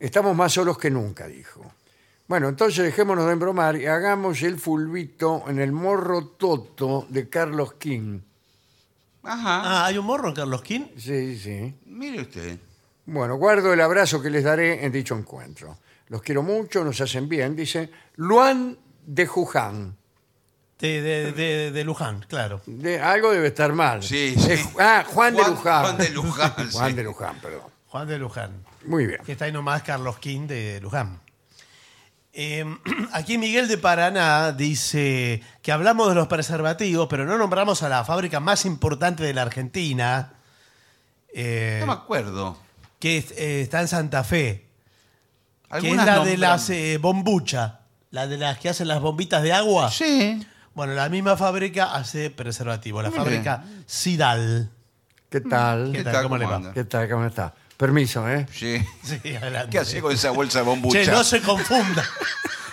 Estamos más solos que nunca, dijo. Bueno, entonces dejémonos de embromar y hagamos el fulbito en el morro Toto de Carlos King.
Ajá,
Ah, hay un morro en Carlos Quín.
Sí, sí.
mire usted.
Bueno, guardo el abrazo que les daré en dicho encuentro. Los quiero mucho, nos hacen bien, dice Luan de Juján.
De, de- de- de Luján, claro.
De, algo debe estar mal.
Sí,
Es-
sí.
ah, Juan, de
Juan-
Luján.
Juan de Luján,
Juan
sí.
de Luján, perdón.
Juan de Luján.
Muy bien.
Que está ahí nomás Carlos Quín de Luján. Eh, aquí Miguel de Paraná dice que hablamos de los preservativos, pero no nombramos a la fábrica más importante de la Argentina. Eh,
No me acuerdo.
que es- eh, está en Santa Fe, que es
Algunas
la de
nombran-
las eh, bombucha, la de las que hacen las bombitas de agua.
Sí.
Bueno, la misma fábrica hace preservativo, la fábrica Sidal.
¿Qué tal?
¿Qué
¿Qué
tal?
tal?
¿Cómo le
¿Cómo
va?
anda?
tal? ¿Cómo está? Permiso, ¿eh?
Sí.
Sí, adelante.
¿Qué hace con esa bolsa de bombucha?
Che, no se confundan.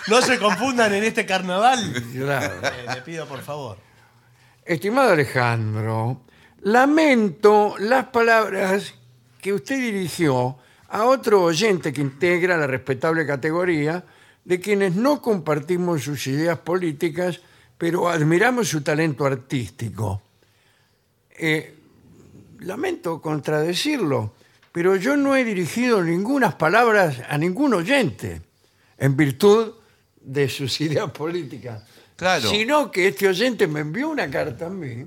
No se confundan en este carnaval.
Claro.
Eh, le pido, por favor.
Estimado Alejandro, lamento las palabras que usted dirigió a otro oyente que integra la respetable categoría de quienes no compartimos sus ideas políticas, pero admiramos su talento artístico. Eh, lamento contradecirlo, pero yo no he dirigido ninguna palabras a ningún oyente en virtud de sus ideas políticas.
Claro.
Sino que este oyente me envió una carta a mí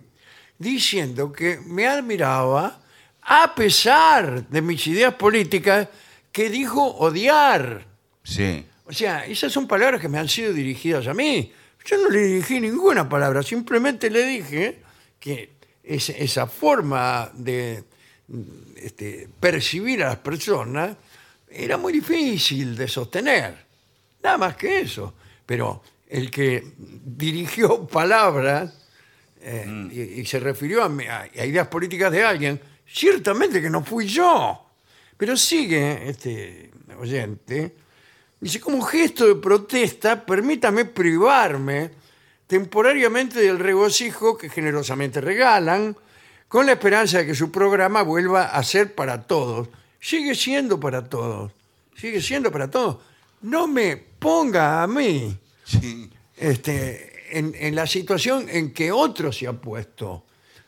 diciendo que me admiraba a pesar de mis ideas políticas que dijo odiar.
Sí.
O sea, esas son palabras que me han sido dirigidas a mí. Yo no le dirigí ninguna palabra, simplemente le dije que es- esa forma de mm, este, percibir a las personas era muy difícil de sostener. Nada más que eso. Pero el que dirigió palabras eh, y, y se refirió a, mi- a- a ideas políticas de alguien, ciertamente que no fui yo. Pero sigue este oyente. Dice, como gesto de protesta, permítame privarme temporariamente del regocijo que generosamente regalan, con la esperanza de que su programa vuelva a ser para todos. Sigue siendo para todos. Sigue siendo para todos. No me ponga a mí
Sí.
este, en, en la situación en que otro se ha puesto.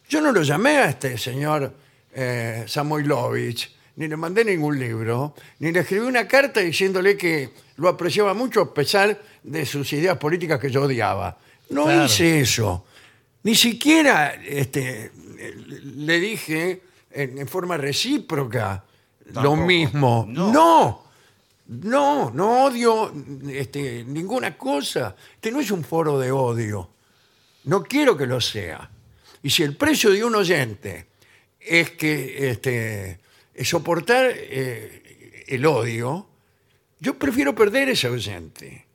Yo no lo llamé a este señor eh, Samoilovich, ni le mandé ningún libro, ni le escribí una carta diciéndole que lo apreciaba mucho a pesar de sus ideas políticas que yo odiaba. No
Claro.
hice eso. Ni siquiera este, le dije en, en forma recíproca
Tampoco.
lo mismo.
No.
no. No, no odio este, ninguna cosa. Este no es un foro de odio. No quiero que lo sea. Y si el precio de un oyente es que este, es soportar eh, el odio, yo prefiero perder ese oyente.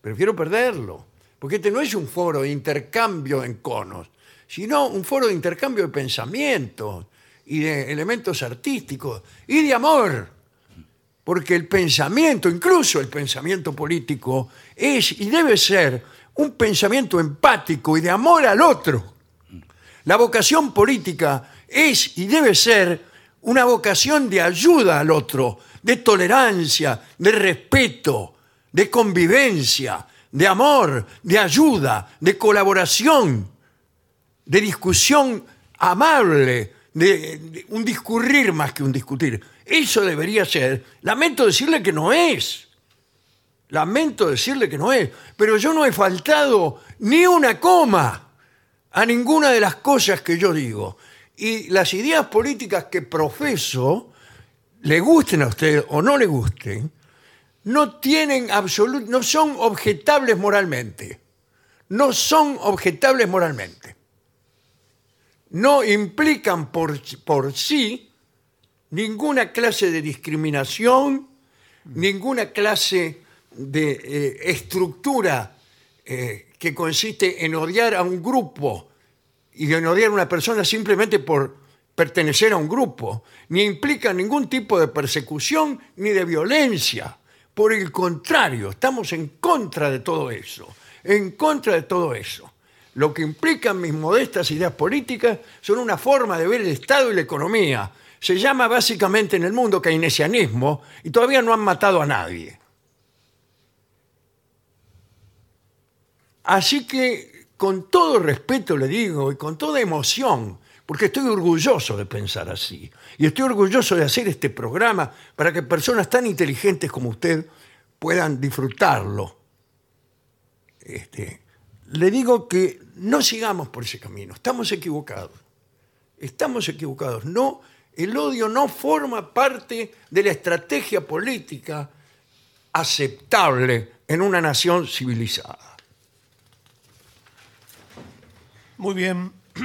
Prefiero perderlo. Porque este no es un foro de intercambio en conos, sino un foro de intercambio de pensamientos y de elementos artísticos y de amor. Porque el pensamiento, incluso el pensamiento político, es y debe ser un pensamiento empático y de amor al otro. La vocación política es y debe ser una vocación de ayuda al otro, de tolerancia, de respeto, de convivencia, de amor, de ayuda, de colaboración, de discusión amable, de, de un discurrir más que un discutir. Eso debería ser. Lamento decirle que no es. Lamento decirle que no es. Pero yo no he faltado ni una coma a ninguna de las cosas que yo digo. Y las ideas políticas que profeso, le gusten a usted o no le gusten, no tienen absolut- no son objetables moralmente. No son objetables moralmente. No implican por, por sí ninguna clase de discriminación, ninguna clase de eh, estructura eh, que consiste en odiar a un grupo y en odiar a una persona simplemente por pertenecer a un grupo, ni implica ningún tipo de persecución ni de violencia. Por el contrario, estamos en contra de todo eso, en contra de todo eso. Lo que implican mis modestas ideas políticas son una forma de ver el Estado y la economía. Se llama básicamente en el mundo keynesianismo y todavía no han matado a nadie. Así que con todo respeto le digo y con toda emoción, porque estoy orgulloso de pensar así, y estoy orgulloso de hacer este programa para que personas tan inteligentes como usted puedan disfrutarlo. Este, le digo que no sigamos por ese camino, estamos equivocados. Estamos equivocados. No, el odio no forma parte de la estrategia política aceptable en una nación civilizada.
Muy bien.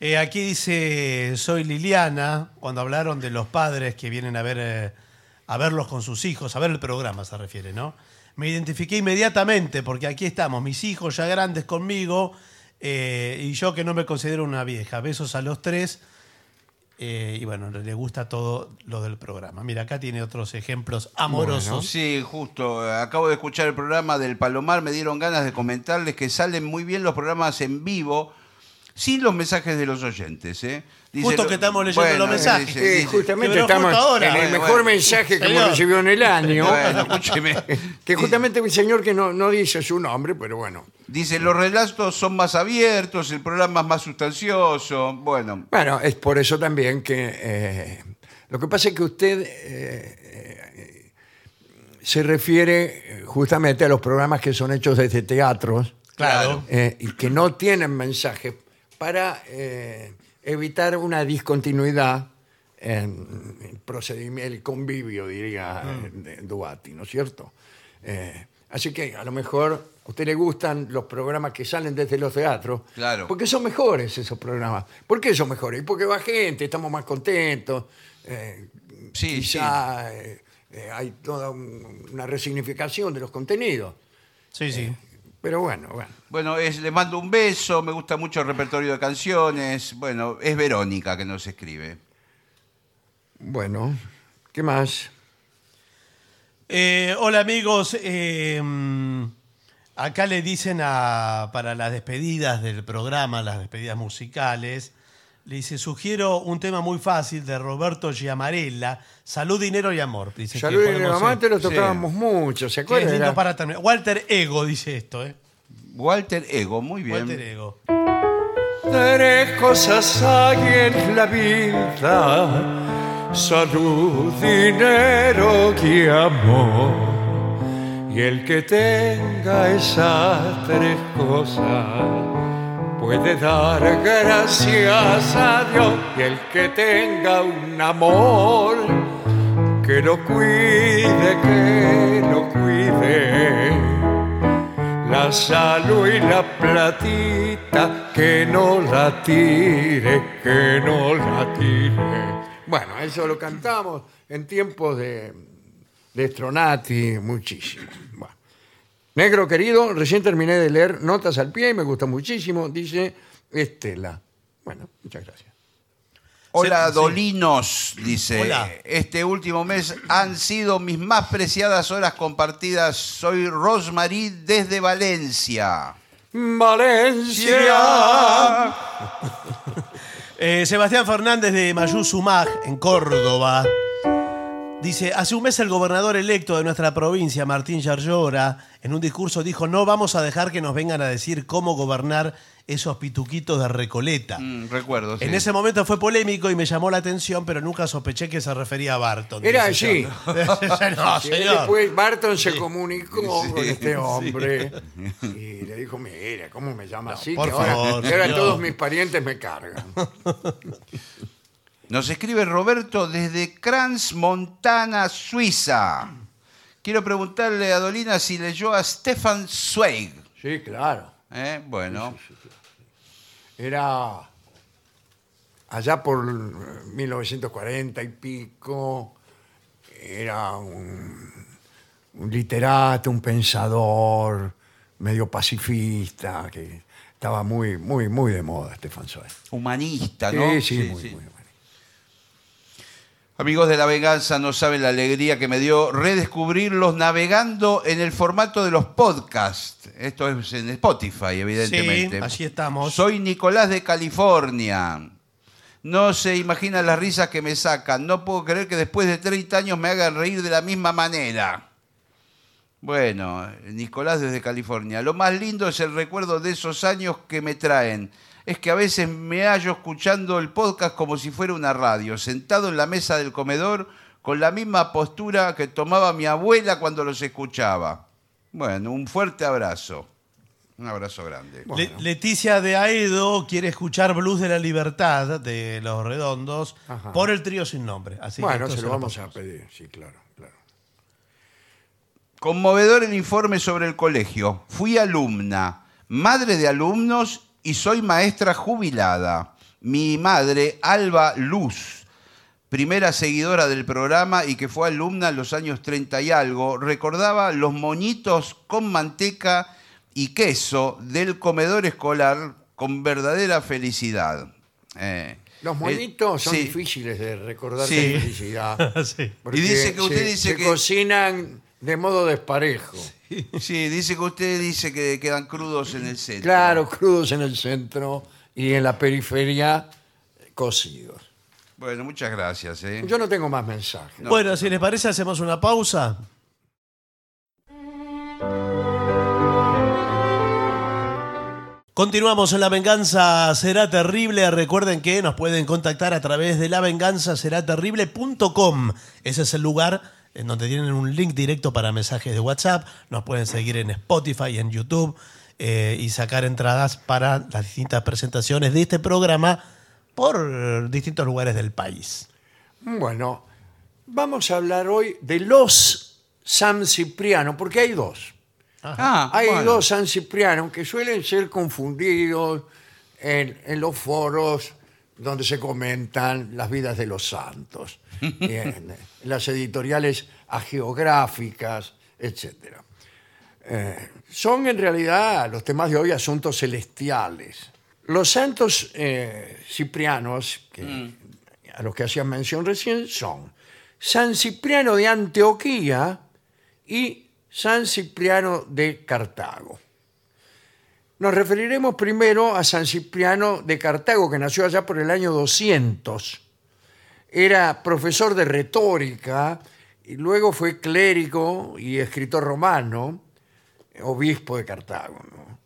Eh, aquí dice, soy Liliana, cuando hablaron de los padres que vienen a ver eh, a verlos con sus hijos, a ver el programa se refiere, ¿no? Me identifiqué inmediatamente porque aquí estamos, mis hijos ya grandes conmigo eh, y yo que no me considero una vieja. Besos a los tres. eh, y bueno, le gusta todo lo del programa. Mira, acá tiene otros ejemplos amorosos.
Sí, justo. eh, Acabo de escuchar el programa del Palomar. Me dieron ganas de comentarles que salen muy bien los programas en vivo, sin los mensajes de los oyentes. ¿eh?
Justo
lo-
que estamos leyendo los mensajes.
dice-
Eh,
dice-
justamente
Pero justo
estamos
ahora,
en el
bueno,
mejor
bueno.
mensaje que
Señor.
hemos recibido en el año.
Bueno, escúcheme.
Que justamente un señor que no, no dice su nombre, pero bueno.
Dice, los relatos son más abiertos, el programa es más sustancioso. Bueno,
Bueno, es por eso también que eh, lo que pasa es que usted eh, eh, se refiere eh, justamente a los programas que son hechos desde teatros
Claro.
eh, y que no tienen mensajes para eh, evitar una discontinuidad en el procedimiento, el convivio, diría eh, de- Duati, ¿no es cierto? Eh, así que a lo mejor a usted le gustan los programas que salen desde los teatros,
Claro.
porque son mejores esos programas. ¿Por qué son mejores? Y Porque va gente, estamos más contentos, eh,
Sí,
quizá eh, eh, hay toda un- una resignificación de los contenidos.
Sí, sí.
Pero bueno, bueno.
bueno es, les mando un beso, me gusta mucho el repertorio de canciones. Bueno, es Verónica que nos escribe.
Bueno, ¿qué más?
Eh, hola amigos, Eh, mm, acá le dicen a, para las despedidas del programa, las despedidas musicales, le dice, sugiero un tema muy fácil de Roberto Giamarella, Salud, Dinero y Amor. Dice
Salud
que
y
ponemos,
mamá te
eh,
lo tocábamos mucho, ¿se
que es
acuerdan?
lindo
Era-
para terminar. Walter Ego dice esto, ¿eh?
Walter Ego, muy bien.
Walter Ego.
Tres cosas hay en la vida, salud, dinero y amor. Y el que tenga esas tres cosas puede dar gracias a Dios. Y el que tenga un amor que lo cuide, que lo cuide la salud y la platita, que no la tire, que no la tire.
Bueno, eso lo cantamos en tiempos de, de Stronati muchísimo. Bueno. Negro querido, recién terminé de leer Notas al pie y me gustó muchísimo, dice Estela. Bueno, muchas gracias.
Hola
Sí.
Dolinos, dice.
Hola.
Este último mes han sido mis más preciadas horas compartidas. Soy Rosmarie desde Valencia.
Valencia,
Eh, Sebastián Fernández de Mayú Sumaj, en Córdoba. Dice, hace un mes el gobernador electo de nuestra provincia, Martín Yarlora, en un discurso dijo, no vamos a dejar que nos vengan a decir cómo gobernar esos pituquitos de Recoleta.
Mm, recuerdo. sí.
En ese momento fue polémico y me llamó la atención, pero nunca sospeché que se refería a Barton.
Era
dice
allí.
Yarlora. no,
Sí,
Ah, señor.
después Barton se comunicó con este hombre y le dijo, mira, ¿cómo me llama así?
por
que ahora,
favor,
que ahora
señor.
todos mis parientes me cargan.
Nos escribe Roberto desde Crans, Montana, Suiza. Quiero preguntarle a Dolina si leyó a Stefan Zweig.
Sí, claro.
Eh, Bueno,
era allá por 1940 y pico, era un, un literato, un pensador, medio pacifista, que estaba muy, muy, muy de moda Estefan Zweig.
humanista,
Sí,
¿no?
sí, muy, muy bueno.
Amigos de la venganza, no saben la alegría que me dio redescubrirlos navegando en el formato de los podcasts. Esto es en Spotify, evidentemente.
Sí, allí estamos.
Soy Nicolás de California. No se imaginan las risas que me sacan. No puedo creer que después de 30 años me hagan reír de la misma manera. Bueno, Nicolás desde California. Lo más lindo es el recuerdo de esos años que me traen. Es que a veces me hallo escuchando el podcast como si fuera una radio, sentado en la mesa del comedor con la misma postura que tomaba mi abuela cuando los escuchaba. Bueno, un fuerte abrazo. Un abrazo grande.
Le- Leticia de Aedo quiere escuchar Blues de la Libertad de Los Redondos
Ajá.
por el trío sin nombre. Así que
Bueno,
esto
se lo vamos a
pasamos.
pedir, sí, claro, claro.
Conmovedor el informe sobre el colegio. Fui alumna, madre de alumnos y soy maestra jubilada. Mi madre, Alba Luz, primera seguidora del programa y que fue alumna en los años 30 y algo, recordaba los moñitos con manteca y queso del comedor escolar con verdadera felicidad. Eh,
Los
eh,
monitos son
sí.
difíciles de recordar
Sí.
con felicidad.
Sí.
porque
dice que usted
se-
dice
se
que-
cocinan de modo desparejo.
Sí, dice que usted dice que quedan crudos en el centro.
Claro, crudos en el centro y en la periferia eh, cocidos.
Bueno, muchas gracias. ¿eh?
Yo no tengo más mensajes.
Bueno, si les parece, hacemos una pausa. Continuamos en La Venganza Será Terrible. Recuerden que nos pueden contactar a través de lavenganzaseraterrible.com. Ese es el lugar en donde tienen un link directo para mensajes de WhatsApp. Nos pueden seguir en Spotify, en YouTube eh, y sacar entradas para las distintas presentaciones de este programa por eh, distintos lugares del país.
Bueno, vamos a hablar hoy de los San Cipriano, porque hay dos.
Ah,
Hay
bueno.
dos San Cipriano que suelen ser confundidos en, en los foros donde se comentan las vidas de los santos, y en las editoriales agiográficas, etc. Eh, son en realidad los temas de hoy asuntos celestiales. Los santos eh, ciprianos, que-
Mm.
a los que hacían mención recién, son San Cipriano de Antioquía, y San Cipriano de Cartago. Nos referiremos primero a San Cipriano de Cartago, que nació allá por el año 200. Era profesor de retórica y luego fue clérigo y escritor romano, obispo de Cartago. ¿no?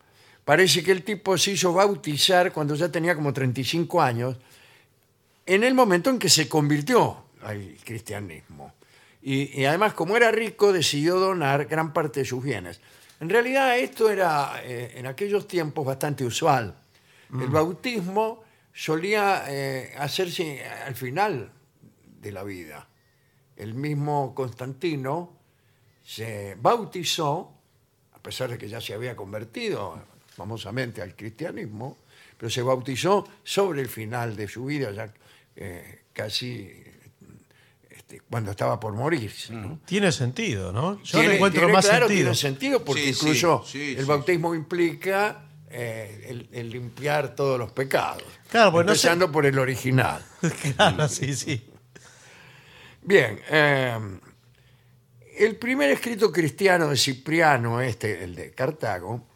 Parece que el tipo se hizo bautizar cuando ya tenía como 35 años, en el momento en que se convirtió al cristianismo. Y, y además, como era rico, decidió donar gran parte de sus bienes. En realidad, esto era eh, en aquellos tiempos bastante usual. El bautismo solía eh, hacerse al final de la vida. El mismo Constantino se bautizó, a pesar de que ya se había convertido famosamente al cristianismo, pero se bautizó sobre el final de su vida, ya eh, casi este, cuando estaba por morirse. ¿no?
Tiene sentido, ¿no? Yo
Tiene-
le encuentro
tiene,
más
claro,
sentido.
Tiene sentido porque
Sí, sí,
incluso
sí,
el
sí,
bautismo implica eh, el, el limpiar todos los pecados.
Claro, pues no sé-
empezando por el original.
Claro, sí, sí.
Bien, eh, el primer escrito cristiano de Cipriano, este, el de Cartago,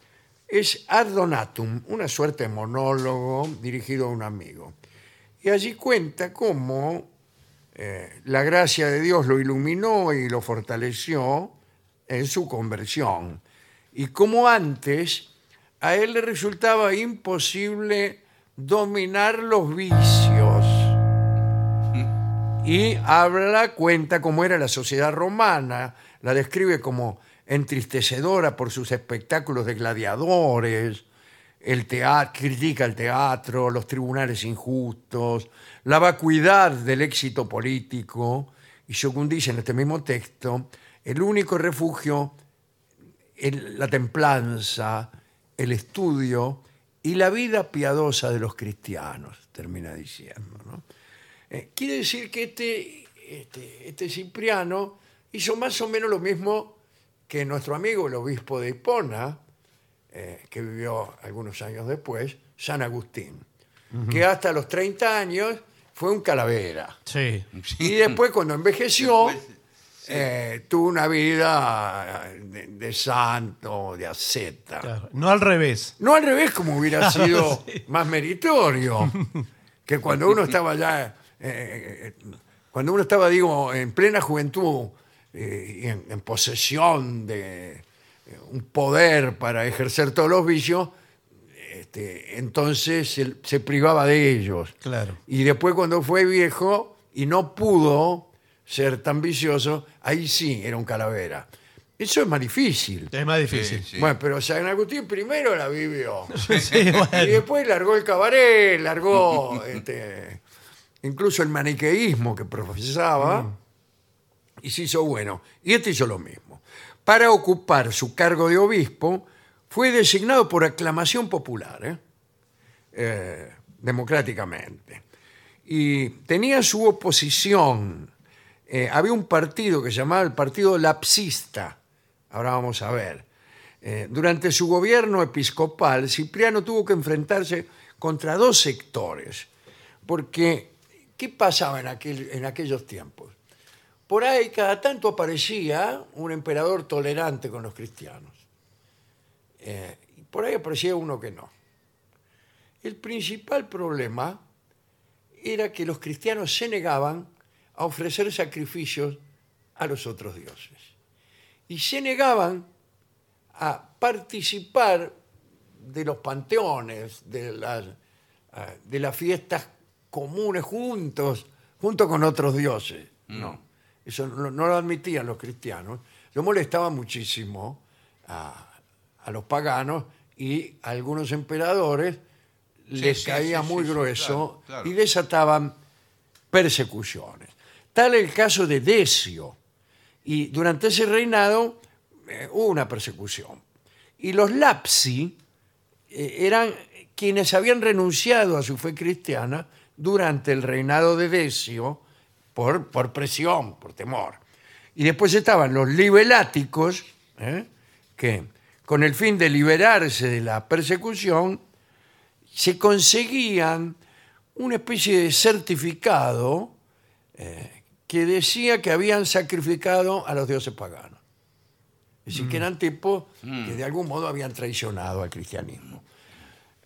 es Ad Donatum, una suerte de monólogo dirigido a un amigo. Y allí cuenta cómo eh, la gracia de Dios lo iluminó y lo fortaleció en su conversión. Y cómo antes a él le resultaba imposible dominar los vicios y habla, cuenta cómo era la sociedad romana, la describe como entristecedora por sus espectáculos de gladiadores, el teatro, critica el teatro, los tribunales injustos, la vacuidad del éxito político, y según dice en este mismo texto, el único refugio, el- la templanza, el estudio y la vida piadosa de los cristianos, termina diciendo. ¿no? Eh, quiere decir que este, este, este Cipriano hizo más o menos lo mismo que nuestro amigo el obispo de Hipona, eh, que vivió algunos años después, San Agustín, que hasta los 30 años fue un calavera.
Sí.
Y después, cuando envejeció, eh, tuvo una vida de, de santo, de asceta.
claro. No al revés.
No al revés, como hubiera
Claro,
sido
sí.
más meritorio. Que cuando uno estaba ya. eh, eh, cuando uno estaba, digo, en plena juventud eh, y en, en posesión de eh, un poder para ejercer todos los vicios, este, entonces se, se privaba de ellos.
Claro.
Y después, cuando fue viejo y no pudo ser tan vicioso, ahí sí era un calavera. Eso es más difícil.
Es más difícil.
Sí.
eh, Bueno, pero San Agustín primero la vivió.
Sí,
Y
bueno.
después largó el cabaret, largó este, incluso el maniqueísmo que profesaba y se hizo bueno. Y este hizo lo mismo. Para ocupar su cargo de obispo, fue designado por aclamación popular, ¿eh? Eh, democráticamente. y tenía su oposición. Eh, había un partido que se llamaba el Partido Lapsista. Ahora vamos a ver. Eh, durante su gobierno episcopal, Cipriano tuvo que enfrentarse contra dos sectores. Porque, ¿qué pasaba en, aquel- en aquellos tiempos? Por ahí cada tanto aparecía un emperador tolerante con los cristianos. Eh, y por ahí aparecía uno que no. El principal problema era que los cristianos se negaban a ofrecer sacrificios a los otros dioses. Y se negaban a participar de los panteones, de las, ah, de las fiestas comunes juntos, junto con otros dioses.
Mm.
No, eso no, no lo admitían los cristianos. Lo molestaba muchísimo a, a los paganos y a algunos emperadores les
sí,
caía
sí,
muy
sí, sí,
grueso
claro, claro.
y desataban persecuciones. Tal el caso de Decio. Y durante ese reinado eh, hubo una persecución. Y los lapsi eh, eran quienes habían renunciado a su fe cristiana durante el reinado de Decio por, por presión, por temor. Y después estaban los libeláticos, ¿eh? que con el fin de liberarse de la persecución, se conseguían una especie de certificado eh, que decía que habían sacrificado a los dioses paganos. Es decir, que eran tipos que de algún modo habían traicionado al cristianismo.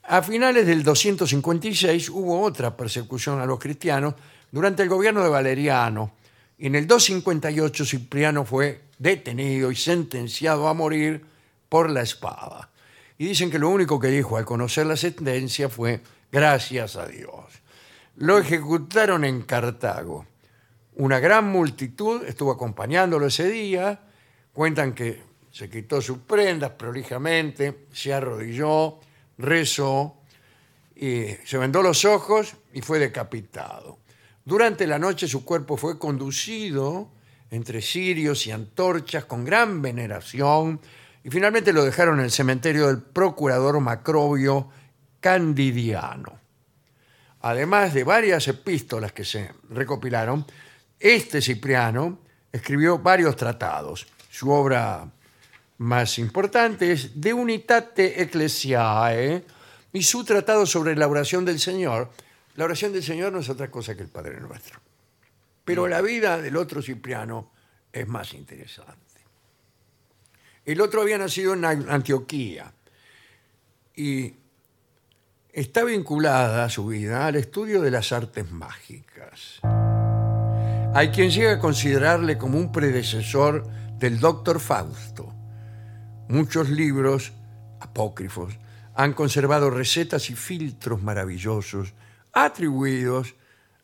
A finales del 256 hubo otra persecución a los cristianos durante el gobierno de Valeriano. Y en el 258 Cipriano fue detenido y sentenciado a morir por la espada. Y dicen que lo único que dijo al conocer la sentencia fue gracias a Dios. Lo ejecutaron en Cartago. Una gran multitud estuvo acompañándolo ese día. Cuentan que se quitó sus prendas prolijamente, se arrodilló, rezó, y se vendó los ojos y fue decapitado. Durante la noche su cuerpo fue conducido entre cirios y antorchas con gran veneración y finalmente lo dejaron en el cementerio del procurador Macrobio Candidiano además de varias epístolas que se recopilaron, este Cipriano escribió varios tratados. Su obra más importante es De Unitate Ecclesiae y su tratado sobre la oración del Señor. La oración del Señor no es otra cosa que el Padre Nuestro. Pero la vida del otro Cipriano es más interesante. El otro había nacido en Antioquía y está vinculada su vida al estudio de las artes mágicas. Hay quien llega a considerarle como un predecesor del doctor Fausto. Muchos libros apócrifos han conservado recetas y filtros maravillosos atribuidos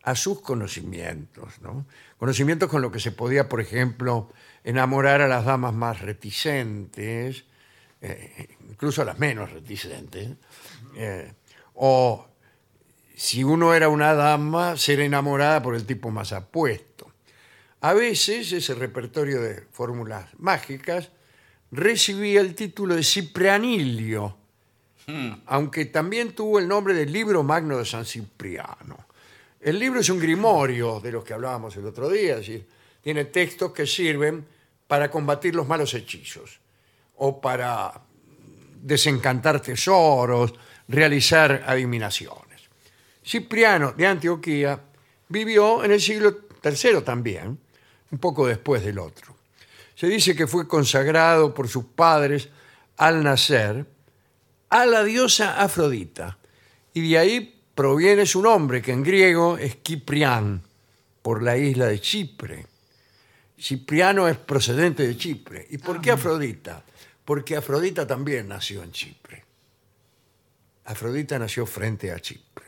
a sus conocimientos, ¿no? Conocimientos con los que se podía, por ejemplo, enamorar a las damas más reticentes, eh, incluso a las menos reticentes, eh, o si uno era una dama, ser enamorada por el tipo más apuesto. A veces ese repertorio de fórmulas mágicas recibía el título de Ciprianilio, aunque también tuvo el nombre del libro magno de San Cipriano. El libro es un grimorio de los que hablábamos el otro día, es decir, tiene textos que sirven para combatir los malos hechizos o para desencantar tesoros, realizar adivinaciones. Cipriano de Antioquía vivió en el siglo III también, un poco después del otro. Se dice que fue consagrado por sus padres al nacer a la diosa Afrodita, y de ahí proviene su nombre, que en griego es Ciprián, por la isla de Chipre. Cipriano es procedente de Chipre. ¿Y
Ah.
por qué Afrodita? Porque Afrodita también nació en Chipre. Afrodita nació frente a Chipre.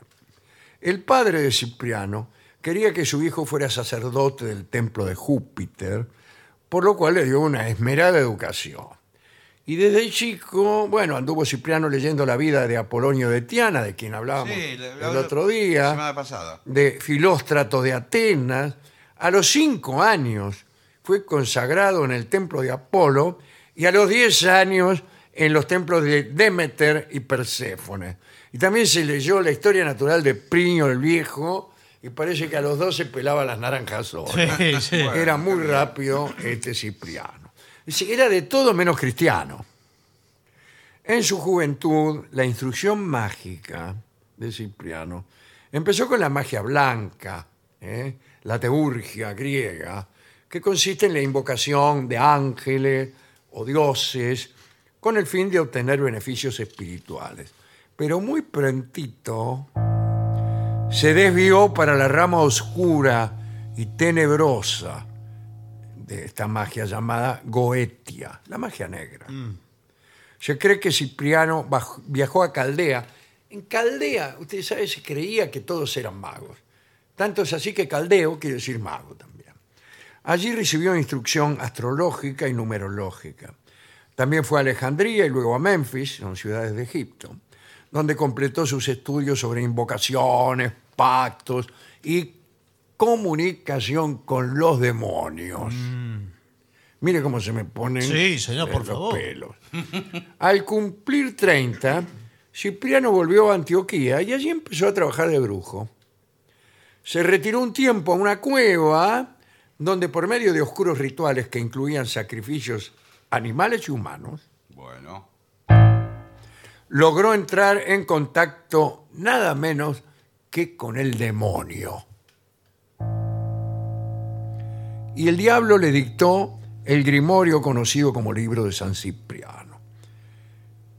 El padre de Cipriano quería que su hijo fuera sacerdote del templo de Júpiter, por lo cual le dio una esmerada educación. Y desde chico, bueno, anduvo Cipriano leyendo la vida de Apolonio de Tiana, de quien hablábamos
Sí, la- la-
el otro día
La semana pasada.
de Filóstrato de Atenas. A los cinco años fue consagrado en el templo de Apolo y a los diez años en los templos de Demeter y Perséfone. Y también se leyó la historia natural de Plinio el Viejo y parece que a los dos se pelaba las naranjas solas.
Sí, sí.
Era muy rápido este Cipriano. Dice, Era de todo menos cristiano. En su juventud, la instrucción mágica de Cipriano empezó con la magia blanca, ¿eh? la teurgia griega, que consiste en la invocación de ángeles o dioses con el fin de obtener beneficios espirituales. Pero muy prontito, se desvió para la rama oscura y tenebrosa de esta magia llamada Goetia, la magia negra. Se cree que Cipriano baj- viajó a Caldea. En Caldea, ustedes saben, se creía que todos eran magos. Tanto es así que Caldeo quiere decir mago también. Allí recibió instrucción astrológica y numerológica. También fue a Alejandría y luego a Memphis, son ciudades de Egipto, donde completó sus estudios sobre invocaciones, pactos y comunicación con los demonios. Mire cómo se me ponen
Mm. Sí, señor,
eh,
por
los
favor.
pelos. Al cumplir 30, Cipriano volvió a Antioquía y allí empezó a trabajar de brujo. Se retiró un tiempo a una cueva donde por medio de oscuros rituales que incluían sacrificios animales y humanos,
Bueno.
logró entrar en contacto nada menos que con el demonio. Y el diablo le dictó el grimorio conocido como libro de San Cipriano.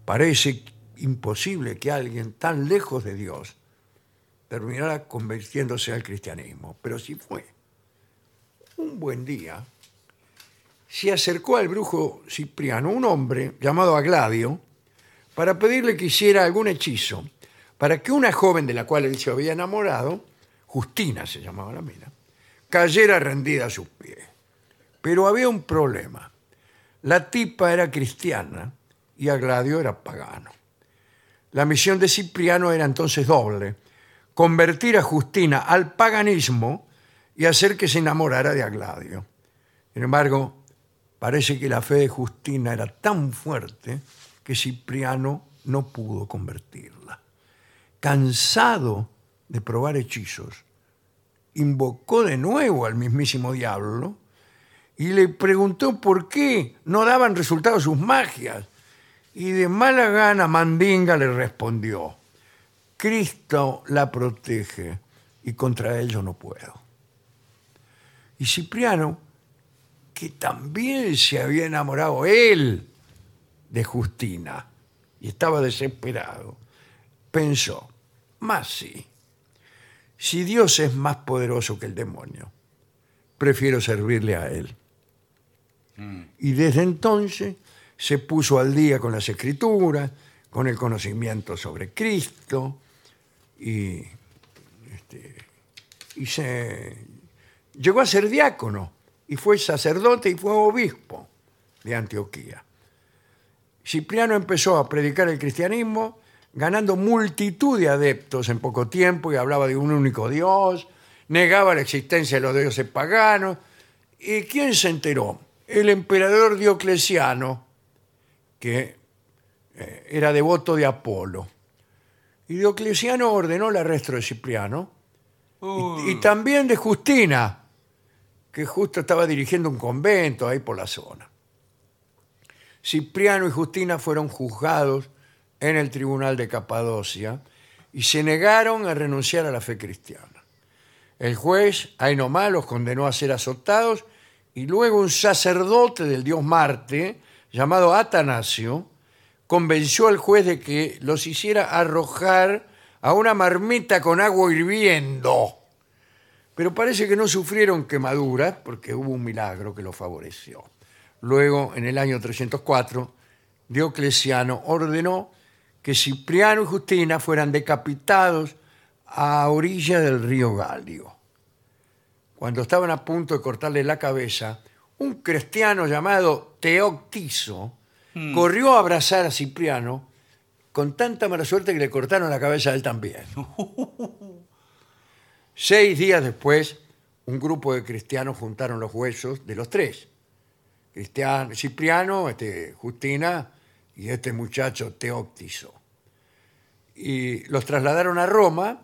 Parece imposible que alguien tan lejos de Dios terminara convirtiéndose al cristianismo, pero sí fue. Un buen día se acercó al brujo Cipriano un hombre llamado Agladio, para pedirle que hiciera algún hechizo para que una joven de la cual él se había enamorado, Justina se llamaba la mina, cayera rendida a sus pies. Pero había un problema. La tipa era cristiana y Agladio era pagano. La misión de Cipriano era entonces doble, convertir a Justina al paganismo y hacer que se enamorara de Agladio. Sin embargo, parece que la fe de Justina era tan fuerte que Cipriano no pudo convertirla. Cansado de probar hechizos, invocó de nuevo al mismísimo diablo y le preguntó por qué no daban resultado sus magias. Y de mala gana Mandinga le respondió, Cristo la protege y contra él yo no puedo. Y Cipriano, que también se había enamorado él de Justina y estaba desesperado, pensó, más sí, si Dios es más poderoso que el demonio, prefiero servirle a él. Y desde entonces se puso al día con las escrituras, con el conocimiento sobre Cristo y, este, y se llegó a ser diácono y fue sacerdote y fue obispo de Antioquía. Cipriano empezó a predicar el cristianismo, ganando multitud de adeptos en poco tiempo y hablaba de un único Dios, negaba la existencia de los dioses paganos. ¿Y quién se enteró? El emperador Diocleciano, que eh, era devoto de Apolo. Y Diocleciano ordenó el arresto de Cipriano y, y también de Justina, que justo estaba dirigiendo un convento ahí por la zona. Cipriano y Justina fueron juzgados en el tribunal de Capadocia y se negaron a renunciar a la fe cristiana. El juez, ahí nomás, los condenó a ser azotados y luego un sacerdote del dios Marte, llamado Atanasio, convenció al juez de que los hiciera arrojar a una marmita con agua hirviendo. Pero parece que no sufrieron quemaduras porque hubo un milagro que los favoreció. Luego, en el año 304, Diocleciano ordenó que Cipriano y Justina fueran decapitados a orilla del río Galio. Cuando estaban a punto de cortarle la cabeza, un cristiano llamado Teoctiso corrió a abrazar a Cipriano con tanta mala suerte que le cortaron la cabeza a él también. Seis días después, un grupo de cristianos juntaron los huesos de los tres. Cristian, Cipriano, este, Justina y este muchacho Teóctiso. Y los trasladaron a Roma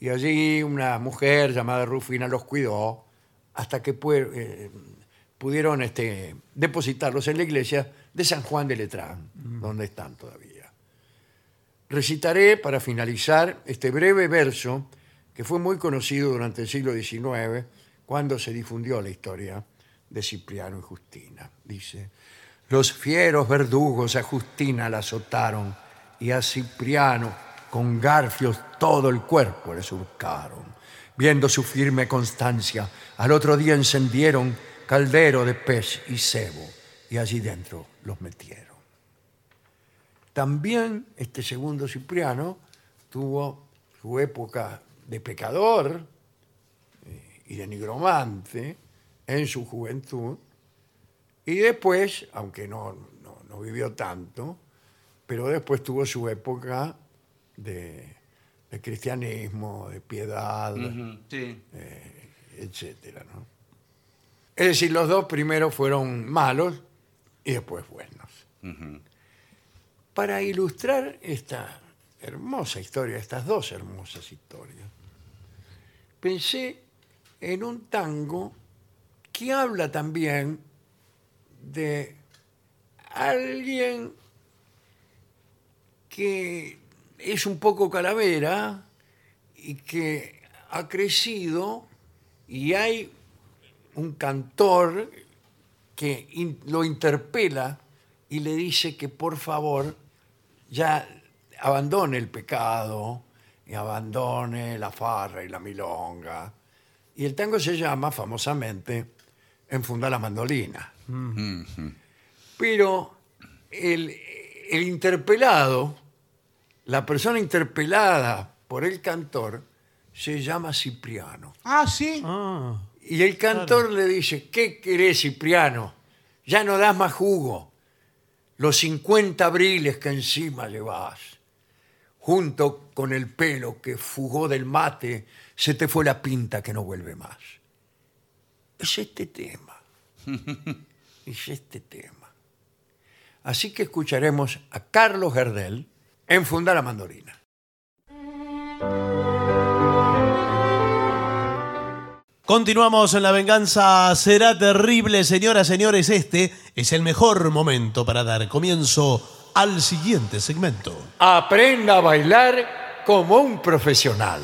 y allí una mujer llamada Rufina los cuidó hasta que pue- eh, pudieron este, depositarlos en la iglesia de San Juan de Letrán, donde están todavía. Recitaré para finalizar este breve verso que fue muy conocido durante el siglo XIX cuando se difundió la historia de Cipriano y Justina. Dice, los fieros verdugos a Justina la azotaron y a Cipriano con garfios todo el cuerpo le surcaron. Viendo su firme constancia, al otro día encendieron caldero de pez y cebo y allí dentro los metieron. También este segundo Cipriano tuvo su época de pecador eh, y de nigromante en su juventud y después, aunque no, no- no vivió tanto, pero después tuvo su época de, de cristianismo, de piedad,
Sí.
etcétera, ¿no? Es decir, los dos primeros fueron malos y después buenos. Para ilustrar esta hermosa historia, estas dos hermosas historias, pensé en un tango que habla también de alguien que es un poco calavera y que ha crecido y hay un cantor que in- lo interpela y le dice que por favor ya abandone el pecado y abandone la farra y la milonga. Y el tango se llama famosamente Enfunda la mandolina. Pero el, el interpelado, la persona interpelada por el cantor, se llama Cipriano.
Ah, sí.
Ah,
Y el cantor le dice, ¿qué querés, Cipriano? Ya no das más jugo. Los 50 abriles que encima llevas, junto con el pelo que fugó del mate, se te fue la pinta que no vuelve más. Es este tema. es este tema. Así que escucharemos a Carlos Gardel en Fundar la Mandolina.
Continuamos en La Venganza Será Terrible, señoras, señores. Este es el mejor momento para dar comienzo al siguiente segmento.
Aprenda a bailar como un profesional.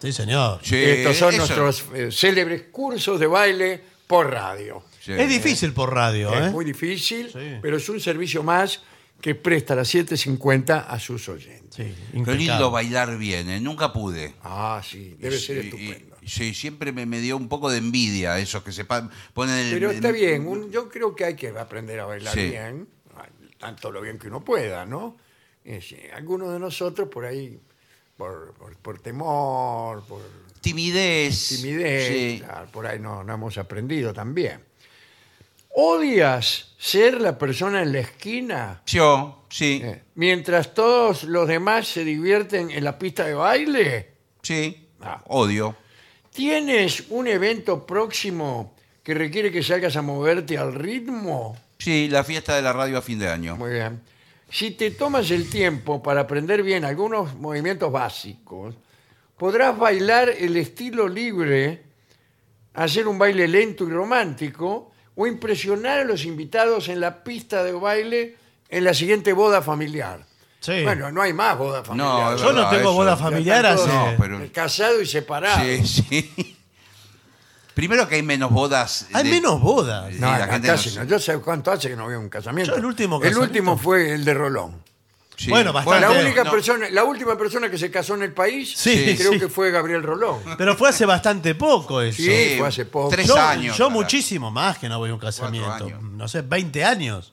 Sí, señor.
Sí,
Estos son
eso.
nuestros eh, célebres cursos de baile por radio.
Sí.
Es difícil por radio,
Es
¿eh?
muy difícil,
Sí.
pero es un servicio más que presta la 750 a sus oyentes.
Sí,
Qué
impecable.
lindo bailar bien, ¿eh? nunca pude.
Ah, sí, debe ser
Y- y-
estupendo.
sí, siempre me, me dio un poco de envidia esos que se pa- ponen el.
Pero está
el-
bien, un- yo creo que hay que aprender a bailar
Sí.
bien, tanto lo bien que uno pueda, ¿no? Es, eh, algunos de nosotros por ahí, por, por- por temor, por
Timidez.
timidez,
Sí.
claro, por ahí no, no hemos aprendido también. ¿Odias ser la persona en la esquina?
Yo, sí.
Eh, Mientras todos los demás se divierten en la pista de baile,
Sí.
Ah.
Odio.
¿tienes un evento próximo que requiere que salgas a moverte al ritmo?
Sí, la fiesta de la radio a fin de año.
Muy bien. Si te tomas el tiempo para aprender bien algunos movimientos básicos, podrás bailar el estilo libre, hacer un baile lento y romántico o impresionar a los invitados en la pista de baile en la siguiente boda familiar.
Sí.
Bueno, no hay más boda familiar.
es
Yo no
verdad,
tengo
eso.
boda
Ya
familiar,
están
así.
todos-
No, pero-
Casado y separado.
Sí, sí. Primero que hay menos bodas.
Hay
de-
menos bodas.
No,
Sí, la
acá
gente no
sí,
se-
no. Yo sé cuánto hace que no había un casamiento.
Yo el último
El
casamiento.
último fue el de Rolón.
Sí.
Bueno, bastante.
la
Claro,
única
no.
persona, la última persona que se casó en el país,
Sí,
creo
sí.
que fue Gabriel Rolón.
Ah,
Pero fue hace bastante poco eso.
Sí, fue hace poco.
Tres
yo,
años.
yo
para-
muchísimo más que no voy a un casamiento.
años.
No sé, 20 años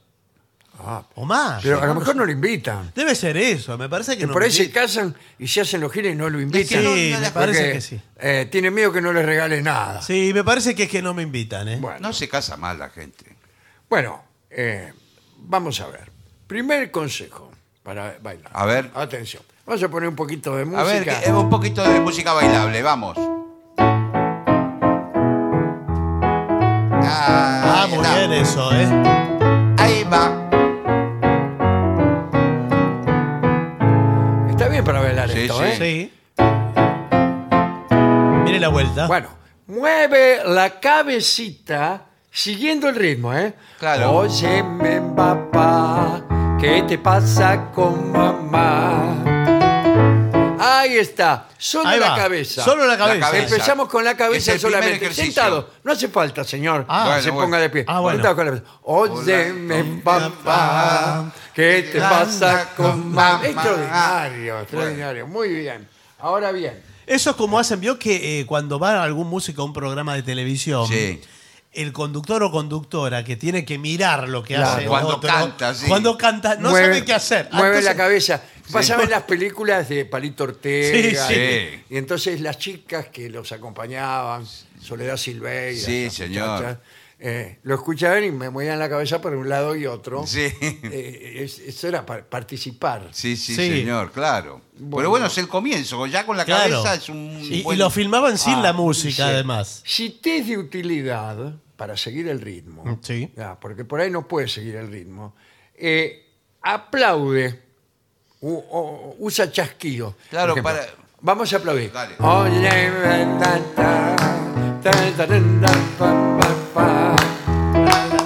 Ah,
o más.
pero a lo mejor no lo invitan.
Debe ser eso, me parece que
Que
no.
por ahí
me-
se casan y se hacen los giles y no lo
Sí,
invitan.
no
me
la-
parece
porque,
que sí.
eh, tienen miedo que no les regale nada.
Sí, me parece que es que no me invitan, ¿eh?
Bueno,
No se casa mal la gente.
bueno, eh, vamos a ver. Primer consejo para bailar.
A ver.
Atención. Vamos a poner un poquito de música.
A ver, que- un poquito de música bailable, vamos. Ah,
ah,
ahí
muy
está.
bien eso, ¿eh?
Ahí va.
Está bien para bailar
Sí,
esto,
sí.
¿eh?
Sí. vuelta.
Bueno, mueve la cabecita siguiendo el ritmo, ¿eh?
Claro.
Óyeme, papá, ¿qué te pasa con mamá? Ahí está, solo
Ahí
la
va,
cabeza.
Solo la cabeza.
cabeza.
Empezamos con la cabeza
Es el primer
solamente.
ejercicio.
Sentado. No hace falta, señor,
Ah,
que se
bueno,
ponga
bueno.
de pie.
Ah, bueno.
Sentado con la cabeza. Óyeme, papá, ¿qué te pasa con mamá? Extraordinario, extraordinario. Muy bien. Ahora bien.
Eso es como hacen, vio que eh, cuando va algún músico a un programa de televisión,
Sí.
el conductor o conductora que tiene que mirar lo que
Claro.
hace
Cuando
otro,
canta, sí.
cuando canta, no
mueve-
sabe qué hacer. Ah,
Mueve
Entonces,
la cabeza. Pasaban las películas de Palito Ortega.
Sí,
sí.
Y, y entonces las chicas que los acompañaban, Soledad Silveira.
Sí,
las
señor.
muchachas, eh, lo escuchaban y me movían la cabeza por un lado y otro.
Sí.
Eh, es- eso era para participar.
Sí, sí,
Sí.
señor, claro.
Bueno.
Pero bueno, es el comienzo, ya con la
claro.
cabeza es un
y, y
buen-
lo filmaban sin
Ah,
la música,
dice,
además.
Si te es de utilidad para seguir el ritmo,
Mm, Sí.
ya, porque por ahí no puedes seguir el ritmo, eh, aplaude u- o- o usa chasquido.
Claro,
por ejemplo.
para-
Vamos a aplaudir.
Dale.
Oye, ta, ta, ta, ta, ta, pa, pa, pa.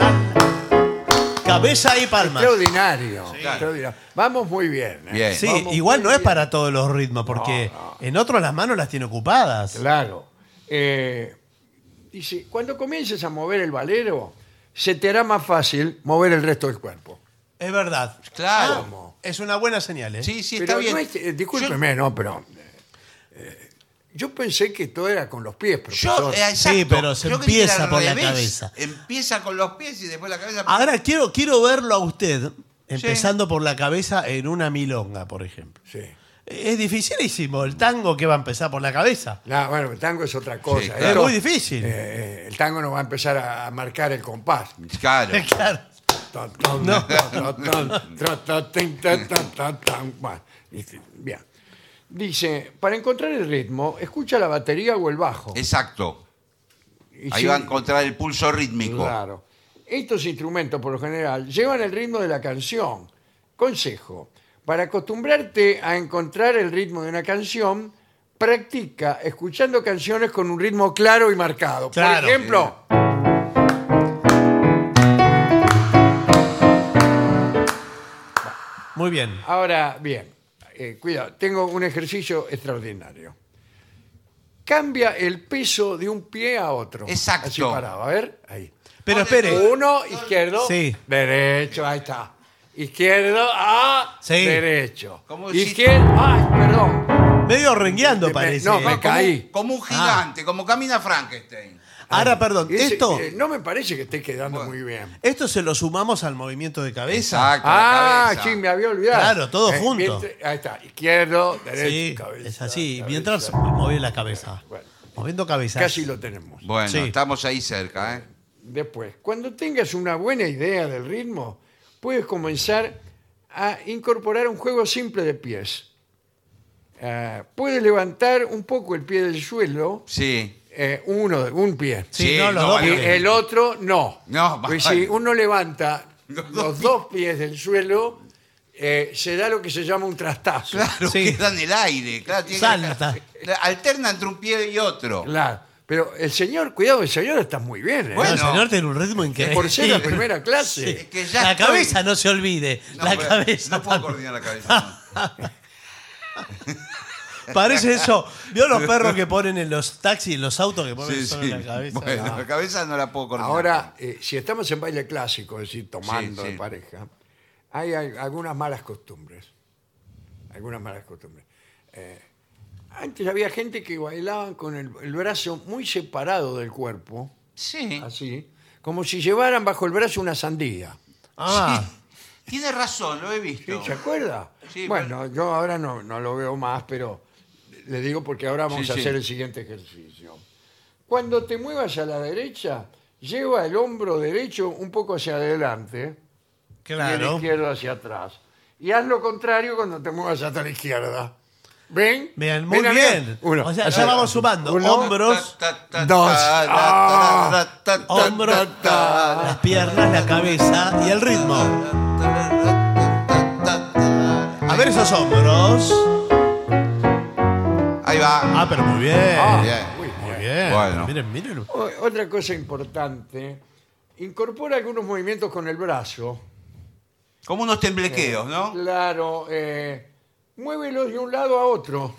Cabeza y palmas.
Extraordinario.
Claro.
extraordinario. Vamos muy bien. ¿eh?
Bien.
Sí,
Vamos
igual
muy
no es
bien.
para todos los ritmos, porque en otros las manos las tiene ocupadas.
Claro. Eh, dice, cuando comiences a mover el valero, se te hará más fácil mover el resto del cuerpo.
Es verdad. Ah,
Claro.
¿Cómo?
Es una buena señal, ¿eh?
Sí, sí,
Pero
está bien.
no es- eh, discúlpeme, no, pero... eh, yo pensé que todo era con los pies,
Yo,
profesor.
eh, exacto.
Sí, pero se
Yo quería ir
empieza
al
por la
revés.
cabeza.
Empieza con los pies y después la cabeza.
Ahora quiero, quiero verlo a usted, empezando por la cabeza en una milonga, por ejemplo.
Sí.
Es dificilísimo el tango que va a empezar por la cabeza.
No, bueno, el tango es otra cosa.
Sí,
Esto,
claro.
Es muy difícil.
eh, el tango no va a empezar a, a marcar el compás.
Claro.
Claro.
Ta, tan, ta, ta, tan, tra, ta, tin, ta, ta, ta, tan. Bueno, dice, Bien. Dice, para encontrar el ritmo, escucha la batería o el bajo.
Exacto.
Y
Ahí
sí,
va a encontrar el pulso rítmico.
Claro. Estos instrumentos, por lo general, llevan el ritmo de la canción. Consejo. Para acostumbrarte a encontrar el ritmo de una canción, practica escuchando canciones con un ritmo claro y marcado.
Claro.
Por ejemplo,
Muy bien.
ahora bien, eh, cuidado, tengo un ejercicio extraordinario. Cambia el peso de un pie a otro.
Exacto.
Así parado. A ver, ahí.
Pero espere.
Uno, izquierdo,
Sí.
derecho, ahí está. Izquierdo, ah,
Sí.
derecho.
Como si-
Izquierdo, ay, perdón.
Medio rengueando
Me-
parece. ¿eh?
no, me-
Como-
caí. Ah.
Como un
Ah.
gigante, como camina Frankenstein.
Ahora, Ah, perdón.
Ese,
Esto,
eh, no me parece que esté quedando muy bien.
esto se lo sumamos al movimiento de cabeza.
Exacto. la
Ah,
cabeza.
sí, me había olvidado. Eh,
Claro, todo junto.
mientras- ahí está, izquierdo, derecho,
Sí,
cabeza.
es así.
cabeza.
Mientras mueve la cabeza.
Bueno.
Moviendo cabeza.
Casi lo tenemos.
Bueno,
Sí.
estamos ahí cerca, ¿eh?
Después, cuando tengas una buena idea del ritmo, puedes comenzar a incorporar un juego simple de pies. Eh, puedes levantar un poco el pie del suelo,
Sí.
eh, uno, de- un pie.
Sí,
Sí,
no, los
no,
dos.
Y
vale.
porque-
el otro no.
No,
Pues
vale.
si uno levanta
Los dos
los dos pies del suelo, eh, se da lo que se llama un trastazo.
Claro,
Sí.
queda en el aire. Claro, tiene que-
Salta.
Alterna entre un pie y otro.
Claro. Pero el señor, cuidado, el señor está muy bien. ¿eh?
No, el
Bueno.
señor tiene un ritmo increíble.
Por ser la primera clase.
Es que ya
la
estoy-
cabeza no se olvide.
No,
la
pero
cabeza. Ah,
No puedo coordinar la cabeza.
Parece eso. ¿Vio los perros que ponen en los taxis, en los autos que ponen
Sí,
solo
sí.
la cabeza?
Bueno, la cabeza no la puedo coordinar.
Ahora, eh, si estamos en baile clásico, es decir, tomando
Sí, sí.
de pareja, hay, al- algunas malas costumbres. Algunas malas costumbres. Eh, antes había gente que bailaban con el, el brazo muy separado del cuerpo,
Sí.
así, como si llevaran bajo el brazo una sandía.
Ah,
Tiene razón, lo
¿Sí?
he visto.
¿Se acuerda?
Sí,
bueno, yo ahora no, no lo veo más, pero le digo porque ahora vamos
Sí,
a
sí.
hacer el siguiente ejercicio. Cuando te muevas a la derecha, lleva el hombro derecho un poco hacia adelante. y el
claro.
izquierdo hacia atrás. Y haz lo contrario cuando te muevas hacia la izquierda. ¿Ven?
Vean, muy
¿Ven, amigo?
bien.
Uno.
O sea,
Hacia
ya vamos
adelante.
sumando.
Uno.
Hombros,
Ta, ta, ta,
dos.
ta, ta,
Ah.
ta, ta, ta, ta,
hombros,
ta, ta,
las piernas, la cabeza y el ritmo. A ver esos hombros.
Ahí va.
Ah, pero muy bien.
Ah,
Bien.
muy
Muy
bien.
bien. bien.
Bueno.
Miren, miren.
O- otra cosa importante, incorpora algunos movimientos con el brazo.
Como unos temblequeos, ¿no?
Claro, eh, muévelos de un lado a otro.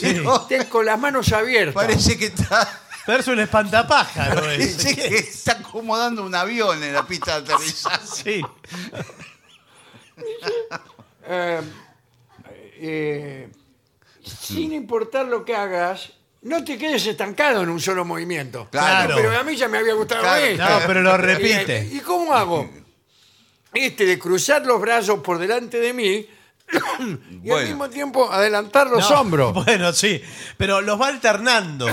Pero
Ten con las manos abiertas.
parece que está,
Pero es un espantapájaro. es.
parece que está acomodando un avión en la pista de aterrizaje.
Sí.
Eh, eh, sin importar lo que hagas, no te quedes estancado en un solo movimiento.
Claro.
Pero a mí ya me había gustado
Claro,
este.
No, pero lo
¿Y,
repite.
y cómo hago? Este de cruzar los brazos por delante de mí y al
Bueno.
mismo tiempo adelantar los
No,
hombros.
Bueno, sí. Pero los va alternando.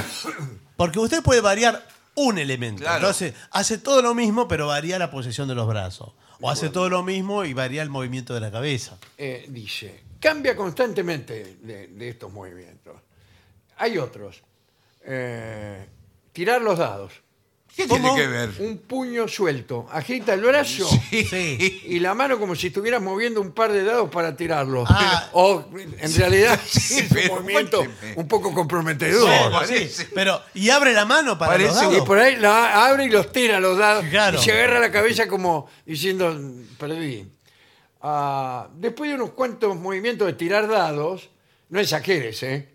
Porque usted puede variar un elemento.
Claro.
Entonces, hace todo lo mismo, pero varía la posición de los brazos. O hace todo lo mismo y varía el movimiento de la cabeza.
eh, dice, cambia constantemente de, de estos movimientos. Hay otros. Eh, tirar los dados.
¿Qué
¿Cómo?
tiene que ver?
Un puño suelto. Agita el brazo
Sí.
y la mano como si estuvieras moviendo un par de dados para tirarlo.
Ah.
o en realidad es
pero
un movimiento
cuénteme.
un poco comprometedor.
Bueno, sí.
parece.
Pero, y abre la mano para los
Parece un-
Y
dados.
por ahí la abre y los tira los dados.
Claro.
Y se agarra la cabeza como diciendo, perdí. Ah, después de unos cuantos movimientos de tirar dados, no exageres, ¿eh?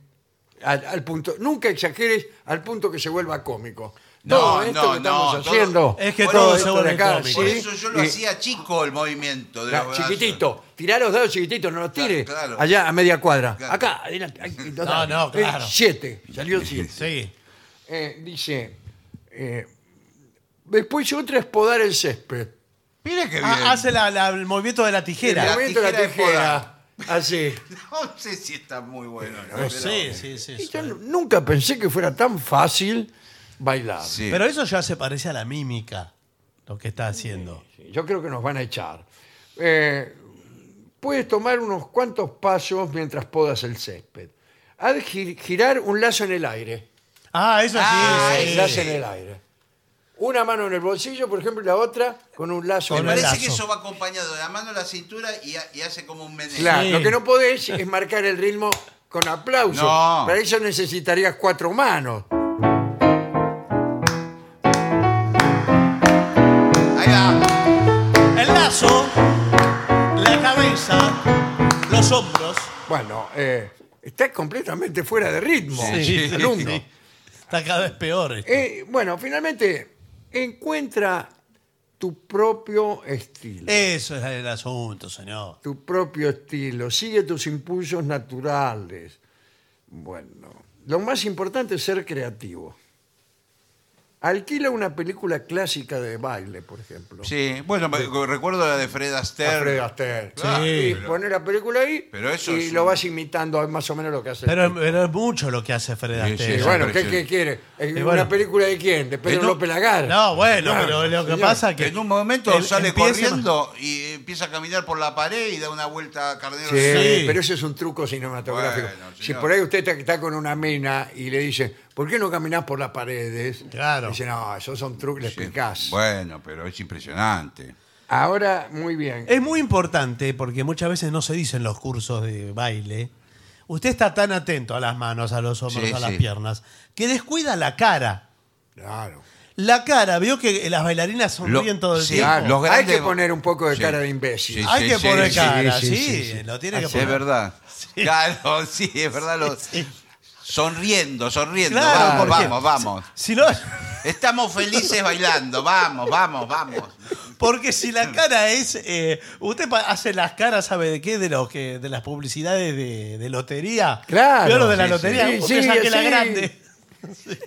Al, al punto, nunca exageres al punto que se vuelva cómico.
No,
todo esto
no,
que estamos
no, todo-
haciendo.
Es que
por
todo
esto
se
de
vuelve
acá,
cómico.
Por
sí,
eso yo lo
y-
hacía chico el movimiento de
la-
los brazos.
chiquitito, tirá los dados chiquititos, no los
Claro,
tires.
claro.
Allá a media cuadra.
Claro.
Acá, adelante. ahí, los
No,
dados.
no,
Eh,
claro.
siete, salió siete.
Sí.
Eh, dice, eh, después otra es podar el césped.
Mira que bien.
Ah, hace la- la- el movimiento de la tijera.
El
La
movimiento de la
tijera de
tijera. Así.
No sé si está muy bueno. ¿no?
No
Pero-
sé, sí, sí,
Y
sí.
yo nunca pensé que fuera tan fácil bailar.
Sí.
Pero eso ya se parece a la mímica, lo que está haciendo.
Yo creo que nos van a echar. Eh, puedes tomar unos cuantos pasos mientras podas el césped. Haz gi- girar un lazo en el aire.
Ah, eso sí.
Ah,
sí.
El lazo en el aire. Una mano en el bolsillo, por ejemplo, y la otra con un lazo
Con
Me
en
el
el
parece
lazo.
que eso va acompañado de la mano a la cintura y, ha- y hace como un meneo.
Claro,
Sí.
lo que no podés es marcar el ritmo con aplauso.
No.
Para eso necesitarías cuatro manos.
Ahí va.
El lazo, la cabeza, los hombros.
Bueno, eh, está completamente fuera de ritmo,
Sí.
alumno.
Sí. Está cada vez peor. esto.
Eh, bueno, finalmente, encuentra tu propio estilo.
Eso es el asunto, señor.
Tu propio estilo. Sigue tus impulsos naturales. Bueno, lo más importante es ser creativo. Alquila una película clásica de baile, por ejemplo.
Sí, bueno, me- recuerdo la de Fred
A
Astaire.
Fred Astaire.
Claro,
Ah, Y
pero-
poner la película ahí
Pero eso
y
es
lo
un-
vas imitando más o menos lo que hace. el
Pero,
tipo.
pero es mucho lo que hace Fred
Sí, sí,
Astaire.
Y
es
bueno, ¿qué,
impresionante.
qué quiere? ¿Una
bueno.
película de quién? ¿De Pedro
no-
López Lagar?
No, bueno, pero lo que
señor.
pasa es que.
Que en un momento
él
sale
empieza-
corriendo y empieza a caminar por la pared y da una vuelta a Carnero.
Sí,
Sí.
pero eso es un truco cinematográfico.
Bueno,
si
señor.
por ahí usted está, está con una mina y le dice, ¿por qué no caminás por las paredes?
Claro.
Dice, no, esos son trucos, le
Sí.
explicás.
Bueno, pero es impresionante.
Ahora, muy bien.
Es muy importante porque muchas veces no se dicen los cursos de baile. Usted está tan atento a las manos, a los hombros,
Sí,
a las
sí.
piernas, que descuida la cara.
Claro.
La cara, vio que las bailarinas sonríen
Lo-
todo el
sí,
tiempo.
los
Hay
grandes-
que poner un poco de
Sí.
cara de imbécil.
Sí,
Hay que poner
sí,
cara, sí,
sí, sí, sí.
lo tiene que
Así
Es
poner.
verdad. Claro, sí, es verdad. lo- Sonriendo, sonriendo. vamos,
Claro, porque-
vamos, vamos.
Si no,
Estamos felices bailando. Vamos, vamos, vamos.
porque si la cara es. eh, usted pa- hace las caras, ¿sabe de qué? De los que de las publicidades de, de lotería.
Claro.
Vio lo de la
Sí,
lotería.
sí.
usted
Sí,
saque la
sí.
grande. Sí.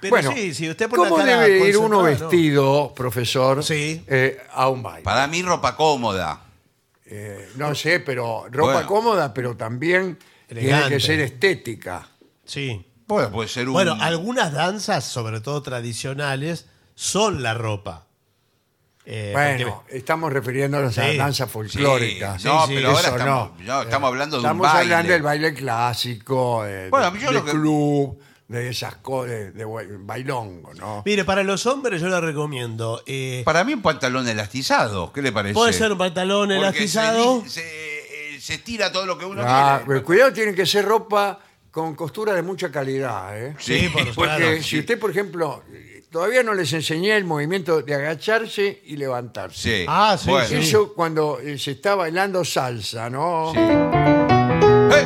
Pero
bueno,
sí, si usted pone la
¿cómo
cara
debe ir uno
concentrada, no.
vestido, profesor,
Sí.
eh, a un baile?
Para mí, ropa cómoda.
Eh, no sé, pero ropa
Bueno.
cómoda, pero también tiene
Elegante.
que ser estética.
Sí.
Bueno, puede ser un.
Bueno, algunas danzas, sobre todo tradicionales, son la ropa. Eh,
bueno,
porque-
estamos refiriéndonos a
Sí.
danza folclórica.
Sí, no,
Sí, sí,
pero ahora
eso
estamos,
no. Eh,
no, estamos hablando de
Estamos
un baile.
hablando del baile clásico, eh, de,
Bueno, yo
de
lo que-
club, de esas cosas, de, de ba- bailongo, ¿no?
mire, para los hombres yo les recomiendo. eh,
Para mí un pantalón elastizado, ¿qué le parece?
puede ser un pantalón
Porque
elastizado.
Se, di- se, eh, se tira todo lo que uno
Ah,
tiene.
pero cuidado, tiene que ser ropa con costura de mucha calidad. ¿eh?
Sí, por
Porque
claro,
si
sí.
usted, por ejemplo, todavía no les enseñé el movimiento de agacharse y levantarse.
Sí.
Ah, sí,
Bueno.
sí.
Eso cuando eh, se está bailando salsa, ¿no?
Sí. ¡Hey!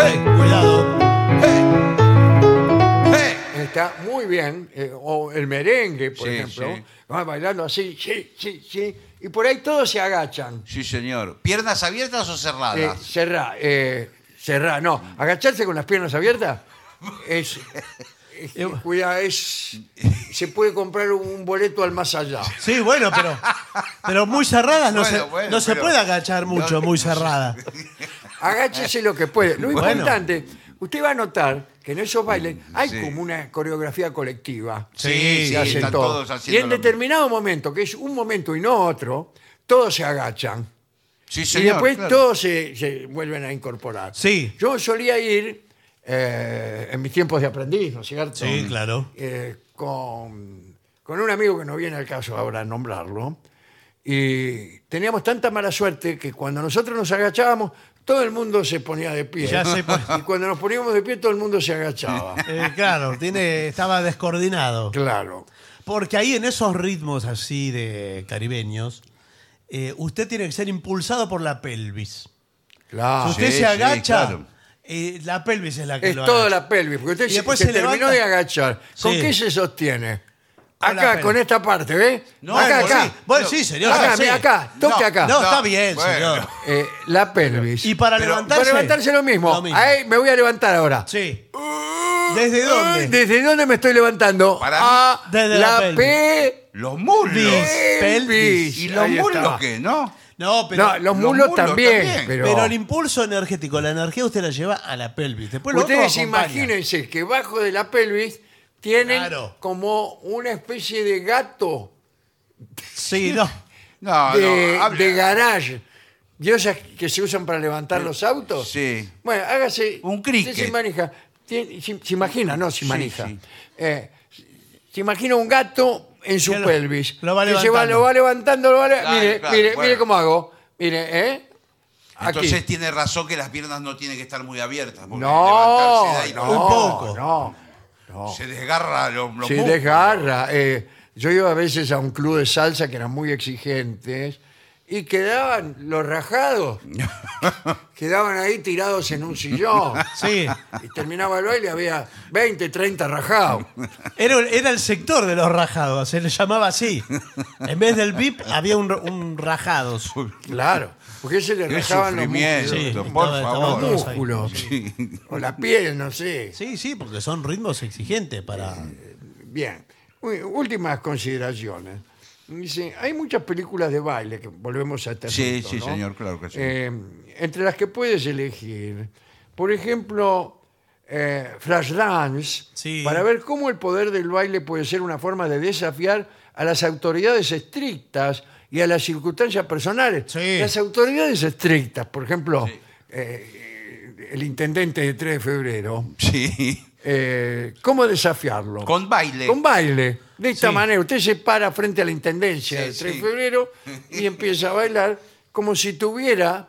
¡Hey!
Cuidado.
¡Hey!
Está muy bien. eh, o el merengue, por
Sí,
ejemplo.
sí.
Van bailando así, sí, sí, sí. Y por ahí todos se agachan.
Sí, señor. ¿Piernas abiertas o
Eh,
cerradas?
cerrá, eh, cerrá, no. Agacharse con las piernas abiertas es. es- cuidado, es. Se puede comprar un boleto al más allá.
Sí, bueno, pero, pero muy cerradas no,
Bueno,
se,
bueno,
no se
pero-
puede agachar mucho, muy cerrada.
Agáchese lo que puede. Lo
Bueno.
importante, usted va a notar que en esos bailes hay
Mm, sí.
como una coreografía colectiva.
Sí,
se
sí,
hacen
están
todo.
todos
Y
haciendo
en
lo mismo.
determinado momento, que es un momento y no otro, todos se agachan.
Sí,
y
señor,
después
claro.
todos se, se vuelven a incorporar.
Sí.
Yo solía ir eh, en mis tiempos de aprendiz, ¿no es cierto?
Sí, claro.
Eh, con, con un amigo que no viene al caso ahora nombrarlo. Y teníamos tanta mala suerte que cuando nosotros nos agachábamos, todo el mundo se ponía de pie.
Ya se pone-
Y cuando nos poníamos de pie, todo el mundo se agachaba.
Eh, claro, tiene, estaba descoordinado.
Claro.
Porque ahí en esos ritmos así de caribeños, eh, usted tiene que ser impulsado por la pelvis. Si
Claro.
usted
Ah, sí,
se agacha,
sí, claro.
eh, la pelvis es la que
Es
lo
toda
agacha.
la pelvis. Porque usted
Y
se-
después
se,
se levanta.
terminó de agachar. ¿Con
Sí.
qué se sostiene?
Con la
Acá,
pelvis.
con esta parte, ¿ve?
No,
acá,
con-
acá.
Sí, bueno, sí, señor.
acá,
sí.
mira, acá. Toque
No,
acá.
No, está
No,
bien,
bueno.
señor.
Eh, la pelvis.
Y para
Pero-
levantarse.
Para levantarse lo mismo. Ahí me voy a levantar ahora.
Sí. ¿Desde dónde?
Ay, ¿Desde dónde me estoy levantando?
Para
Ah,
Desde la
la,
pelvis.
P.
Los muslos.
Pelvis.
pelvis.
¿Y los
Ahí está.
muslos qué, no?
No, pero.
no, los
los
mulos
muslos
también.
también.
Pero,
Pero el impulso energético, la energía usted la lleva a la pelvis. Después lo otro
ustedes
acompaña.
imagínense que bajo de la pelvis tienen
Claro.
como una especie de gato
Sí, no.
de,
No, Ah, no. hable-
de garage. De esas que se usan para levantar los autos.
sí.
Bueno, hágase.
Un
usted
cricket.
Se, manija, tiene- se, se imagina, no, se manija.
sí.
Eh, se imagina un gato en su
Que lo-
pelvis.
lo va
que se va,
levantando.
lo va levantando, lo va le-
Claro,
mire,
claro,
mire,
bueno.
mire cómo hago. Mire, ¿eh? Aquí.
Entonces este tiene razón que las piernas no tienen que estar muy abiertas. porque
no,
levantarse de ahí
no,
no-
Un poco.
No.
Se desgarra los, los
Oh. Se
muslos.
desgarra. Eh, yo iba a veces a un club de salsa que eran muy exigentes y quedaban los rajados. quedaban ahí tirados en un sillón.
Sí.
Y terminaba el baile, había 20, 30 rajados.
Era, era el sector de los rajados, se le llamaba así. En vez del VIP había un, un rajados.
Claro. Porque se le
Qué
rajaban los
sufrimiento,
músculos.
por
estaba- estaba
favor.
todo
Los músculos. O la piel, no sé.
Sí, sí, porque son ritmos exigentes para.
Bien. Ú- Últimas consideraciones. Dice, hay muchas películas de baile que volvemos a este
Sí,
asunto,
sí,
¿no?
señor, claro que sí.
Eh, entre las que puedes elegir, por ejemplo, eh, Flashdance,
Sí.
para ver cómo el poder del baile puede ser una forma de desafiar a las autoridades estrictas y a las circunstancias personales.
Sí.
Las autoridades estrictas, por ejemplo, eh, el intendente de 3 de febrero,
Sí.
eh, ¿cómo desafiarlo?
Con baile.
Con baile. De esta
Sí.
manera, usted se para frente a la intendencia
Sí,
del 3 de
sí.
febrero y empieza a bailar como si tuviera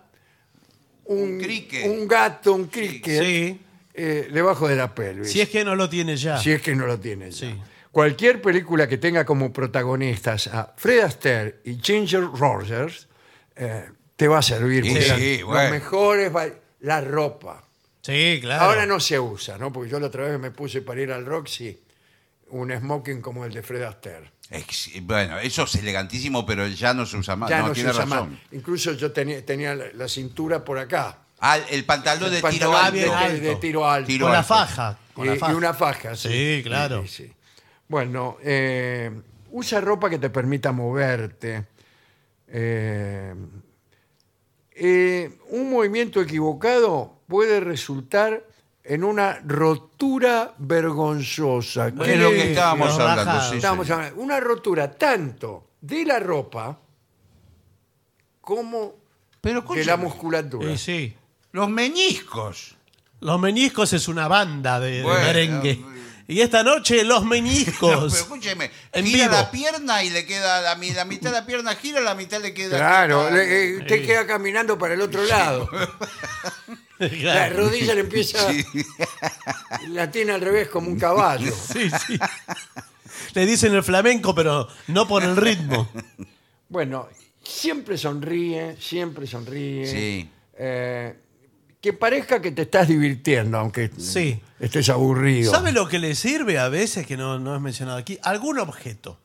un,
Un cricket.
un gato, un cricket,
Sí.
eh, debajo de la pelvis.
Si es que no lo tiene ya.
Si es que no lo tiene. ya.
Sí.
Cualquier película que tenga como protagonistas a Fred Astaire y Ginger Rogers eh, te va a servir.
Sí,
porque eran
sí,
los
bueno.
mejores ba- la ropa.
Sí, claro.
Ahora no se usa, ¿no? Porque yo la otra vez me puse para ir al Roxy un smoking como el de Fred Astaire.
Ex- Bueno, eso es elegantísimo, pero ya no se usa más.
Ya
Ah, no,
no, se
tiene
usa
razón.
más. Incluso yo tenía, tenía la, la cintura por acá.
Ah, el pantalón de
El
tiro
pantalón de-
alto.
de, de tiro alto.
Tiro
Con la
alto.
faja. Con
y,
la
Eh, y
faja.
una faja, sí.
Sí, claro.
Sí, sí. Bueno, eh, usa ropa que te permita moverte. Eh, eh, un movimiento equivocado puede resultar en una rotura vergonzosa.
Es lo que estábamos
los
hablando.
rajados.
sí,
Estábamos
señor.
hablando- una rotura tanto de la ropa como
Pero
de la
escúchame,
musculatura.
Sí, sí.
los meniscos.
Los meniscos es una banda de, de
Bueno,
merengue.
muy bien.
Y esta noche, los
No,
meniscos.
pero escúcheme,
En
gira
vivo.
la pierna y le queda la, mi- la mitad de la pierna gira, la mitad le queda.
Claro, eh,
quieta.
le- eh, usted queda caminando para el otro lado. La rodilla le empieza latina al revés como un caballo.
Sí, sí. Le dicen el flamenco, pero no por el ritmo.
Bueno, siempre sonríe, siempre sonríe.
Sí.
Eh, que parezca que te estás divirtiendo, aunque
Sí.
estés aburrido.
¿Sabe lo que le sirve a veces, que no, no es mencionado aquí? Algún objeto.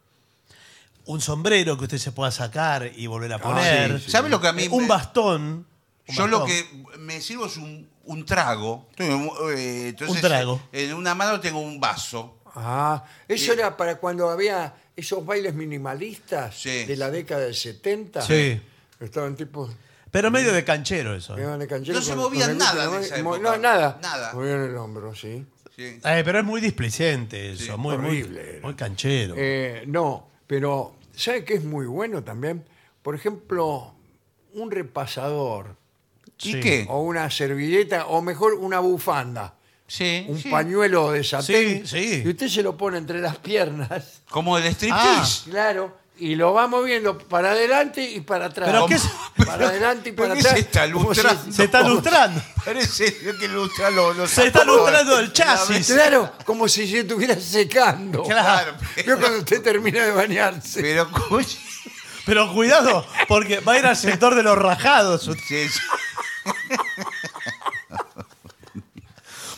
Un sombrero que usted se pueda sacar y volver a poner.
Ah, sí, sí. ¿Sabe lo que a mí
Eh, Un
me-
bastón. un
Yo
bastón.
lo que me sirvo es un, un trago. Eh, Entonces,
Un trago.
En una mano tengo un vaso.
Ah, eso era para cuando había esos bailes minimalistas
Sí.
de la década del 70.
Sí.
Estaban tipos
Pero medio de canchero eso. ¿eh?
llevaban de canchero
Ah. No se
con-
movían
con el
nada
glúteo,
de
¿no?
esa
Mo-
época.
No, nada.
Nada.
Movían el hombro, sí.
Sí.
Eh, pero es muy displicente eso.
Sí,
muy, muy-
horrible.
Muy, canchero.
Eh, no, pero ¿sabe qué es muy bueno también? Por ejemplo, un repasador
Sí.
¿Y qué?
o una servilleta o mejor una bufanda,
Sí.
un
sí.
pañuelo de satén.
Sí, sí.
Y usted se lo pone entre las piernas,
Como el striptease.
claro, y lo va moviendo para adelante y para atrás.
Pero ¿qué es-
Para adelante y
¿Pero
para
qué este
atrás.
se está
como si-
lustrando?
Se está lustrando.
Parece que lustra los, los
Ah. Se está
zapatos.
lustrando el
Sí,
chasis.
Claro, como si se estuviera secando.
Claro.
Yo cuando usted termina de bañarse.
Pero escuche.
Pero cuidado, porque va a ir al sector de los rajados.
Sí, sí.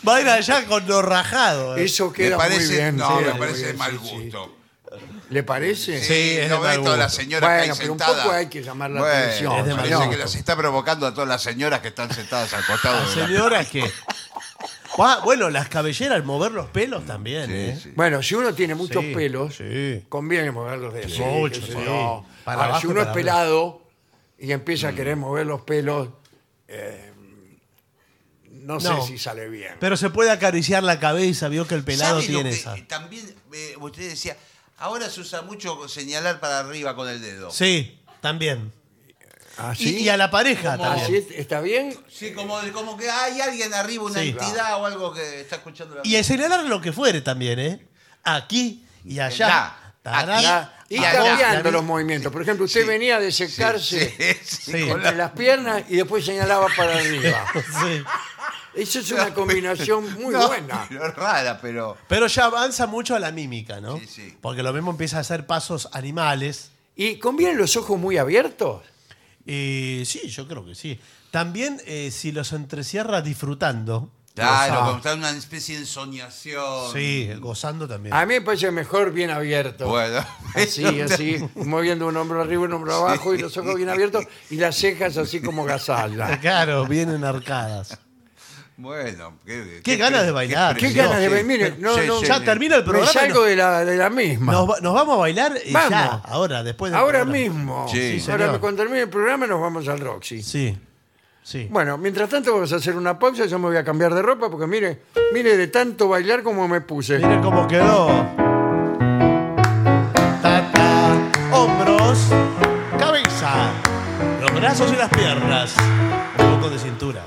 Va a ir allá con los rajados. eh.
Eso
Me
queda
parece,
muy bien.
no,
sí,
me
muy
parece de
bien, sí,
mal
sí.
gusto. Eh,
¿Le parece?
Sí, es
no
de mal
ve todas las
gusto.
señoras que
Bueno,
hay
pero un
sentadas.
poco hay que llamar la atención,
es de mal
Parece que
gusto.
las está provocando a todas las señoras que están sentadas al costado de la-
Señoras que. Ah, bueno, las cabelleras, mover los pelos también.
Sí,
¿eh?
sí.
Bueno, si uno tiene muchos
Sí,
pelos,
sí.
conviene moverlos de así,
Mucho,
qué sé
sí.
yo.
Para
Ahora,
abajo
si
y
uno es
para
pelado y empieza
Mm.
a querer mover los pelos, eh, no, sé
No.
si sale bien.
Pero se puede acariciar la cabeza, vio que el pelado
¿Sabe lo
tiene
que-
esa.
También eh, usted decía, ahora se usa mucho señalar para arriba con el dedo.
Sí, también.
¿Ah,
Y-
¿Así?
Y, a la pareja
Como-
¿Así
también.
es- Ah, ¿Está bien?
Sí, como, como que hay alguien arriba, una
Sí.
entidad o algo que está escuchando la
Y a señalar lo que fuere también, ¿eh? Aquí y allá.
Acá,
Tará,
aquí,
tará,
Y
Ahora,
cambiando
tará.
los movimientos. Por ejemplo, usted venía de secarse
Sí,
Sí.
entre las piernas y después señalaba para arriba.
Sí.
Eso es una combinación muy
No,
buena.
pero rara, pero.
Pero ya avanza mucho a la mímica, ¿no?
Sí, sí.
Porque lo mismo empieza a hacer pasos animales.
¿Y conviene los ojos muy abiertos?
Y Eh, sí, yo creo que sí. También eh, si los entrecierra disfrutando.
Claro,
goza-
como está en una especie de ensoñación.
Sí, gozando también.
A mí me parece mejor bien abierto.
Bueno.
Así, así, moviendo un hombro arriba, un hombro abajo y los ojos bien abiertos y las cejas así como gazalla.
Claro, vienen arcadas.
Bueno, qué,
Qué ganas de bailar.
Qué
Sí,
ganas
sí.
de ver, mire, no,
Sí,
no,
sí,
Ya
sí.
termina el
me
programa. y
salgo
nos-
de la, de la misma.
nos, va- nos vamos a bailar eh,
Vamos.
ya, ahora, después del
Ahora
programa.
mismo.
Sí.
Sí,
Ahora
señor.
cuando termine el programa nos vamos al Roxy.
Sí, sí.
Bueno, mientras tanto vamos a hacer una pausa, yo me voy a cambiar de ropa porque mire, mire de tanto bailar como me puse.
Miren cómo quedó. Ta, ta. Hombros, cabeza, los brazos y las piernas. Un poco de cintura.